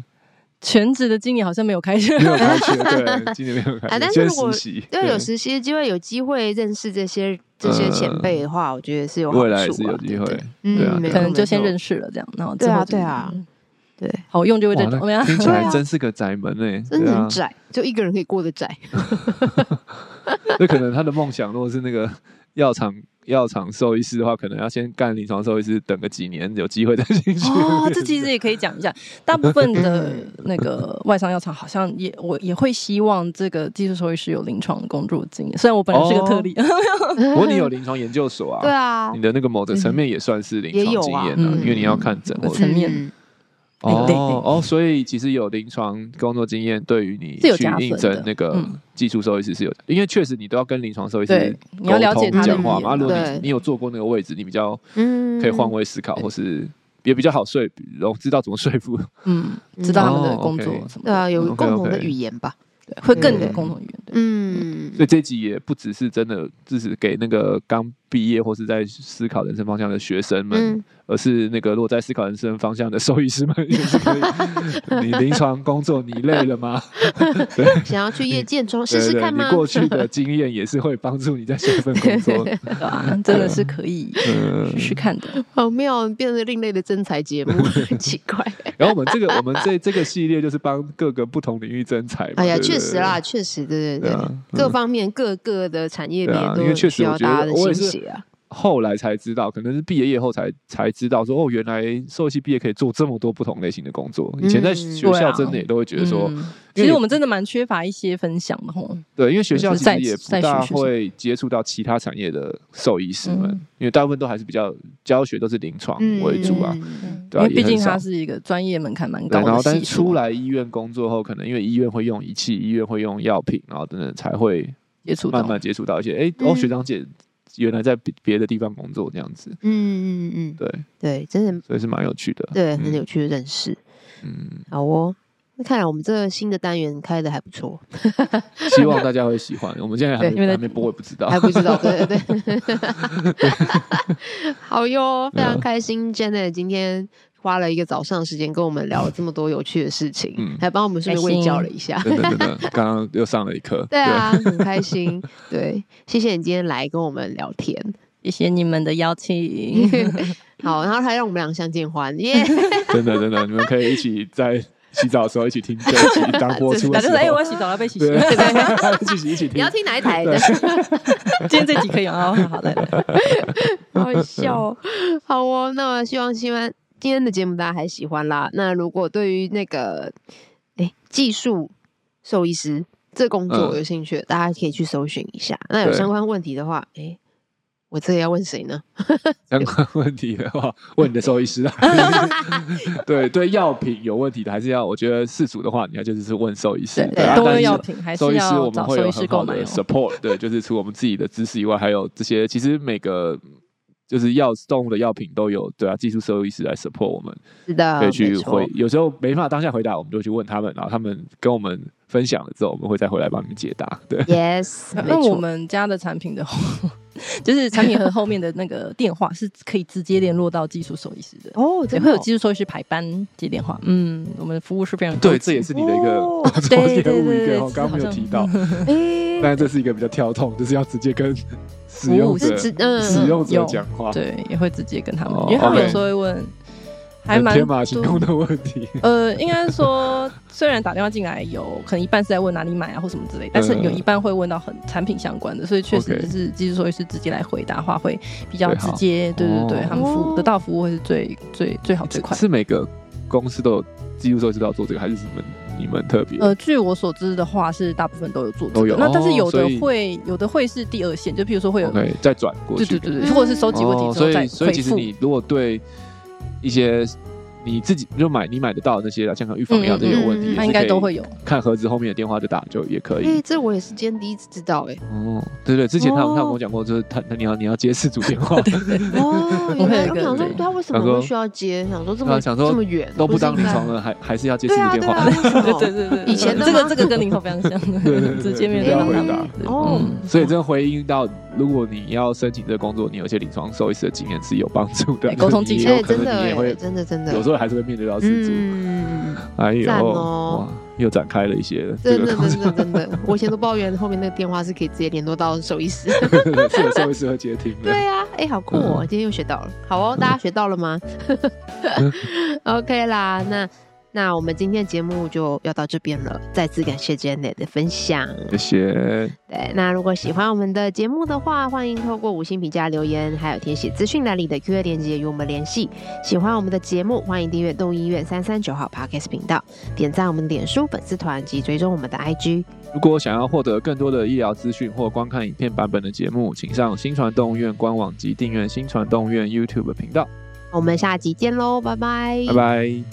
Speaker 4: 全职的今年好像没有开学
Speaker 3: 没，有开缺，对，今年没有 开
Speaker 2: 啊但
Speaker 3: 缺，先
Speaker 2: 是如果
Speaker 3: 实习，
Speaker 2: 对，有实习的机会，有机会认识这些这些前辈的话，我觉得是有好处啊
Speaker 3: 呃未来也是有机会
Speaker 2: 对不对，
Speaker 3: 对啊
Speaker 2: 嗯，
Speaker 3: 对啊
Speaker 4: 可能就先认
Speaker 2: 识，
Speaker 4: 识了这样，然后之
Speaker 2: 对
Speaker 4: 后
Speaker 2: 啊，
Speaker 4: 就嗯
Speaker 2: 对啊，对，
Speaker 4: 好用就会再
Speaker 3: 哇
Speaker 4: 找没
Speaker 3: 那
Speaker 4: 有啦
Speaker 3: 听起
Speaker 2: 对
Speaker 3: 来
Speaker 2: 啊
Speaker 3: 真是个宅门哎，
Speaker 2: 真
Speaker 3: 对
Speaker 2: 的
Speaker 3: 啊
Speaker 2: 很，窄，就一个人可以过 得窄。
Speaker 3: 那可能他的梦想如果是那个 药厂药厂兽医师的话，可能要先干临床兽医师，等个几年有机会再进去。
Speaker 4: 哦，这其实也可以讲 一下，大部分的
Speaker 2: 嗯
Speaker 4: 那个外商药厂好像也我也会希望这个技术兽医师有临床工作经验，虽然我本来是个特例，
Speaker 3: 哦不过你有临床研究所啊，
Speaker 2: 对啊
Speaker 3: 你，的那个某个层面也算是临
Speaker 2: 也有
Speaker 3: 床
Speaker 2: 啊
Speaker 3: 经验啊
Speaker 4: 嗯，
Speaker 3: 因为你要看诊
Speaker 4: 有
Speaker 3: 或者
Speaker 4: 层面
Speaker 2: 嗯
Speaker 4: 哎对
Speaker 3: 哦
Speaker 4: 对
Speaker 3: 哦，所以其实有临床工作经验，对于你
Speaker 4: 是有
Speaker 3: 去
Speaker 4: 加分
Speaker 3: 应征
Speaker 4: 的
Speaker 3: 那个
Speaker 4: 嗯
Speaker 3: 技术兽医师是有，因为确实你都要跟临床兽医师
Speaker 4: 对你要了
Speaker 3: 沟
Speaker 4: 解
Speaker 3: 通
Speaker 4: 他的
Speaker 3: 讲话嘛。啊
Speaker 4: 语
Speaker 3: 如
Speaker 4: 言
Speaker 3: 果
Speaker 2: 对
Speaker 3: 你你有坐过那个位置，你比较
Speaker 2: 嗯
Speaker 3: 可以换位思考，或是也比较好说服，然后知道怎么说服。
Speaker 4: 嗯，知道他们的
Speaker 3: 哦
Speaker 4: 工作
Speaker 3: 嗯 OK
Speaker 4: 什么嗯
Speaker 2: 对
Speaker 4: 的，
Speaker 2: 啊，有
Speaker 3: OK，OK
Speaker 2: 共同的语言吧。
Speaker 4: 对会更
Speaker 2: 对
Speaker 4: 有共同语言。对，
Speaker 2: 嗯
Speaker 3: 所以这集也不只是真的，只是给那个刚毕业或是在思考人生方向的学生们，
Speaker 2: 嗯
Speaker 3: 而是那个落在思考人生方向的兽医师们也是可以。 你临床工作你累了吗？
Speaker 2: 想要去夜店中 试
Speaker 3: 对对
Speaker 2: 试
Speaker 3: 对，
Speaker 2: 看吗
Speaker 3: 你？过去的经验也是会帮助你在下一份工 作。
Speaker 4: 对啊，真的是可以
Speaker 3: 嗯
Speaker 4: 试试看的。
Speaker 2: 好妙，哦变成另类的真才节目，奇 怪。
Speaker 3: 然后我们这个我们这这个系列就是帮各个不同领域征才嘛。
Speaker 2: 哎呀，
Speaker 3: 对不对
Speaker 2: 确实啦，。确实，对对
Speaker 3: 对
Speaker 2: 对，
Speaker 3: 啊，
Speaker 2: 各
Speaker 3: 嗯
Speaker 2: 方面各个的产业
Speaker 3: 对啊
Speaker 2: 别都
Speaker 3: 因为确实
Speaker 2: 需要
Speaker 3: 我觉得
Speaker 2: 大家的
Speaker 3: 我也
Speaker 2: 心
Speaker 3: 是
Speaker 2: 血啊。
Speaker 3: 后来才知道，可能是毕业业后才才知道说哦，原来兽医系毕业可以做这么多不同类型的工作。以前在
Speaker 2: 嗯
Speaker 3: 学
Speaker 4: 对
Speaker 3: 校
Speaker 4: 啊
Speaker 3: 真的也都会觉得说，
Speaker 4: 嗯
Speaker 3: 因
Speaker 4: 其
Speaker 3: 为
Speaker 4: 实
Speaker 3: 你
Speaker 4: 我们真的蛮缺乏一些分享的吼。
Speaker 3: 对，因为学校
Speaker 4: 嗯就是
Speaker 3: 其
Speaker 4: 在
Speaker 3: 实也不
Speaker 4: 在
Speaker 3: 大
Speaker 4: 学术上
Speaker 3: 会接触到其他产业的兽医师们
Speaker 4: 嗯，
Speaker 3: 因为大部分都还是比较教学都是临床为主啊。
Speaker 2: 嗯
Speaker 3: 对啊
Speaker 4: 因为毕
Speaker 3: 也很
Speaker 4: 竟它
Speaker 3: 少
Speaker 4: 是一个专业门槛蛮
Speaker 3: 对，
Speaker 4: 高的系数。啊
Speaker 3: 然后但是出来医院工作后，可能因为医院会用仪器，医院会用药品，然后等等才会
Speaker 4: 接触到
Speaker 3: 慢慢接触到一些，哎、哦，
Speaker 2: 嗯
Speaker 3: 学长姐原来在别别的地方工作这样子，
Speaker 2: 嗯嗯嗯，
Speaker 3: 对，
Speaker 2: 对，真的
Speaker 3: 所以是蛮有趣的，
Speaker 2: 对，
Speaker 3: 嗯
Speaker 2: 很有趣的认识。
Speaker 3: 嗯，
Speaker 2: 好哦，那看来我们这个新的单元开的还不错，
Speaker 3: 希望大家会喜欢。我们现在还
Speaker 4: 对因为
Speaker 3: 没
Speaker 4: 在
Speaker 3: 还没播，我也不知道
Speaker 2: 还。不知道，对对对。好哟，非常开心，Janet 今天。花了一个早上时间跟我们聊了这么多有趣的事情，
Speaker 3: 嗯
Speaker 2: 还帮我们顺便
Speaker 4: 开
Speaker 2: 喂
Speaker 4: 心
Speaker 2: 教了一下。
Speaker 3: 真的真的，刚刚又上了一 课。
Speaker 2: 对啊，很开心。对，谢谢你今天来跟我们聊 天。
Speaker 4: 谢谢你们的邀
Speaker 3: 嗯
Speaker 4: 请，
Speaker 2: 好，然后还让我们俩相见欢， 耶、
Speaker 3: 对，真的真的，你们可以一起在洗澡的时候一起听这一集，当播出
Speaker 4: 打
Speaker 3: 的时
Speaker 4: 电话哎，我
Speaker 3: 候，
Speaker 4: 要洗澡了，被洗洗。
Speaker 3: 对， 一起一起
Speaker 2: 你
Speaker 3: 听
Speaker 2: 要。听哪一台的？
Speaker 4: 今天这集可以啊，好好来来，
Speaker 3: 嗯
Speaker 2: 好笑哦、 好哦，那我希望希望今天的节目大家还喜欢啦。那如果对于那个哎技术兽医师这工作
Speaker 3: 嗯
Speaker 2: 有兴趣的，大家可以去搜寻一下。那有
Speaker 3: 对
Speaker 2: 相关问题的话，哎，我这个要问谁呢？
Speaker 3: 相关问题的话，问你的兽医 师啊。对对，药品有问题的，还是要我觉得世俗的话，你要就是问兽医师。
Speaker 4: 对
Speaker 3: 啊
Speaker 4: 动
Speaker 3: 但是
Speaker 4: 用药品还
Speaker 3: 兽
Speaker 4: 是
Speaker 3: 医师我
Speaker 4: 要
Speaker 3: 们
Speaker 4: 找
Speaker 3: 会
Speaker 4: 兽
Speaker 3: 有
Speaker 4: 医师
Speaker 3: 很好
Speaker 4: 购买
Speaker 3: 的
Speaker 4: 哦。
Speaker 3: support，对，就是除我们自己的知识以外，还有这些其实每个就是药动物的药品都有，对啊，技术兽医师来 support 我们，
Speaker 2: 是的，
Speaker 4: 啊
Speaker 3: 可以去
Speaker 2: 没错
Speaker 3: 回。有时候没办法当下回答，我们就去问他们，然后他们跟我们分享了之后，我们会再回来帮你们解答。对，
Speaker 2: Yes，没
Speaker 4: 那我
Speaker 2: 错
Speaker 3: 哦
Speaker 4: 们家的产品的 话，就是产品和后面的那个电话是可以直接联络到技术兽医师的，
Speaker 2: 哦，
Speaker 4: 对，
Speaker 2: 真
Speaker 4: 会有
Speaker 2: 好
Speaker 4: 技术兽医师排班接电话。嗯，我们的服务是非常
Speaker 3: 对，这也是你的一个
Speaker 2: 哦
Speaker 3: 做
Speaker 4: 对对
Speaker 3: 业务
Speaker 4: 对
Speaker 3: 一
Speaker 4: 对
Speaker 3: 个，我哦刚刚没有提 到，
Speaker 2: 诶
Speaker 3: 但是这是一个比较跳痛，就是要直接跟使
Speaker 4: 服
Speaker 3: 用
Speaker 4: 务
Speaker 3: 者
Speaker 2: 是指嗯
Speaker 3: 使用者
Speaker 4: 有
Speaker 3: 讲话，
Speaker 4: 对，也会直接跟他们
Speaker 3: 哦，
Speaker 4: 因为他们
Speaker 3: OK
Speaker 4: 有时候会问，还
Speaker 3: 很
Speaker 4: 蛮
Speaker 3: 天马行
Speaker 4: 多
Speaker 3: 空的问题。
Speaker 4: 呃，应该说，虽然打电话进来有可能一半是在问哪里买啊或什么之类，但是有一半会问到很产品相关的，所以确实
Speaker 3: OK
Speaker 4: 就是技术兽医师直接来回答的话会比较
Speaker 3: 最
Speaker 4: 直
Speaker 3: 好
Speaker 4: 接，对对对
Speaker 3: 哦
Speaker 4: 他们服务得到服务会是最最最好最快。
Speaker 3: 是每个公司都有技术设计要做这个，还是你们你们特别？
Speaker 4: 呃，据我所知的话，是大部分都有做这
Speaker 3: 都
Speaker 4: 个
Speaker 3: 有，
Speaker 4: 那但
Speaker 3: 哦
Speaker 4: 是有
Speaker 3: 所
Speaker 4: 的
Speaker 3: 以
Speaker 4: 会有的会是第二线，就譬如说会有
Speaker 3: OK，再转过
Speaker 4: 对
Speaker 3: 去。
Speaker 4: 对对对，
Speaker 2: 嗯
Speaker 4: 或者是收集问题
Speaker 3: 哦，
Speaker 4: 之后
Speaker 3: 所
Speaker 4: 再
Speaker 3: 以所以其
Speaker 4: 回
Speaker 3: 实
Speaker 4: 复。
Speaker 3: 你如果对一些你自己就买你买得到的那些健康预防药
Speaker 4: 嗯
Speaker 3: 这些问
Speaker 2: 嗯
Speaker 3: 题，
Speaker 2: 嗯
Speaker 4: 那应该都会。有，
Speaker 3: 看盒子后面的电话就打就也可
Speaker 2: 诶，
Speaker 3: 以。
Speaker 2: 这我也是今天第一次知道诶。
Speaker 3: 哦，对对，之前他
Speaker 2: 哦
Speaker 3: 们他有跟我讲过，就是他他你要你要接四组 电话，
Speaker 2: 哦，原来
Speaker 4: 我会有一
Speaker 2: 我
Speaker 4: 个
Speaker 2: 想说
Speaker 4: 对
Speaker 2: 他为什么
Speaker 3: 想说
Speaker 2: 会需要接？想说这
Speaker 3: 对
Speaker 2: 么
Speaker 3: 啊想说
Speaker 2: 这么远
Speaker 3: 都不
Speaker 2: 是
Speaker 3: 当临
Speaker 2: 应该
Speaker 3: 床了，还还是要接四
Speaker 2: 对
Speaker 3: 组
Speaker 2: 啊
Speaker 3: 电
Speaker 2: 对啊，
Speaker 3: 话
Speaker 2: 为。 什
Speaker 4: 对
Speaker 2: 么
Speaker 4: 对对对，
Speaker 2: 以前的
Speaker 4: 这个
Speaker 2: 吗
Speaker 4: 这个跟零头非常像，
Speaker 3: 对对对
Speaker 4: 直接面
Speaker 2: 不
Speaker 4: 对
Speaker 2: 要
Speaker 4: 到
Speaker 2: 回
Speaker 4: 他们
Speaker 3: 答
Speaker 4: 对
Speaker 2: 哦
Speaker 4: 嗯
Speaker 3: 所以这回应到，如果你要申请这个工作，你有一些临床兽医师的经验是有帮助的
Speaker 4: 对。沟通技
Speaker 3: 你
Speaker 4: 巧
Speaker 3: 也
Speaker 2: 哎，
Speaker 3: 有可
Speaker 2: 真
Speaker 3: 能
Speaker 2: 的
Speaker 3: 你也
Speaker 2: 诶，
Speaker 3: 会
Speaker 2: 真的真的，
Speaker 3: 有时候还是会面对到失足。
Speaker 2: 嗯，
Speaker 3: 哎呦，
Speaker 2: 赞哦
Speaker 3: 哇，又展开了一些 这
Speaker 2: 真
Speaker 3: 个
Speaker 2: 的
Speaker 3: 工
Speaker 2: 真
Speaker 3: 作，
Speaker 2: 的真的，我以前都抱怨后面那个电话是可以直接联络到兽医 师。
Speaker 3: 是有社会适合接听的
Speaker 2: 对。呀、哎、好酷
Speaker 3: 嗯
Speaker 2: 哦！今天又学到了，好哦，大家学到了吗 ？OK 啦，那那我们今天的节目就要到这边了，再次感谢 Janet 的分享。
Speaker 3: 谢谢，
Speaker 2: 对，那如果喜欢我们的节目的话，欢迎透过五星评价留言，还有填写资讯栏里的 Q&A 链接与我们联系。喜欢我们的节目，欢迎订阅动物医院三三九号 Podcast 频道，点赞我们的脸书粉丝团及追踪我们的 IG。
Speaker 3: 如果想要获得更多的医疗资讯或观看影片版本的节目，请上新传动物院官网及订阅新传动物院 YouTube 频道。
Speaker 2: 我们下集见喽，拜拜
Speaker 3: 拜拜。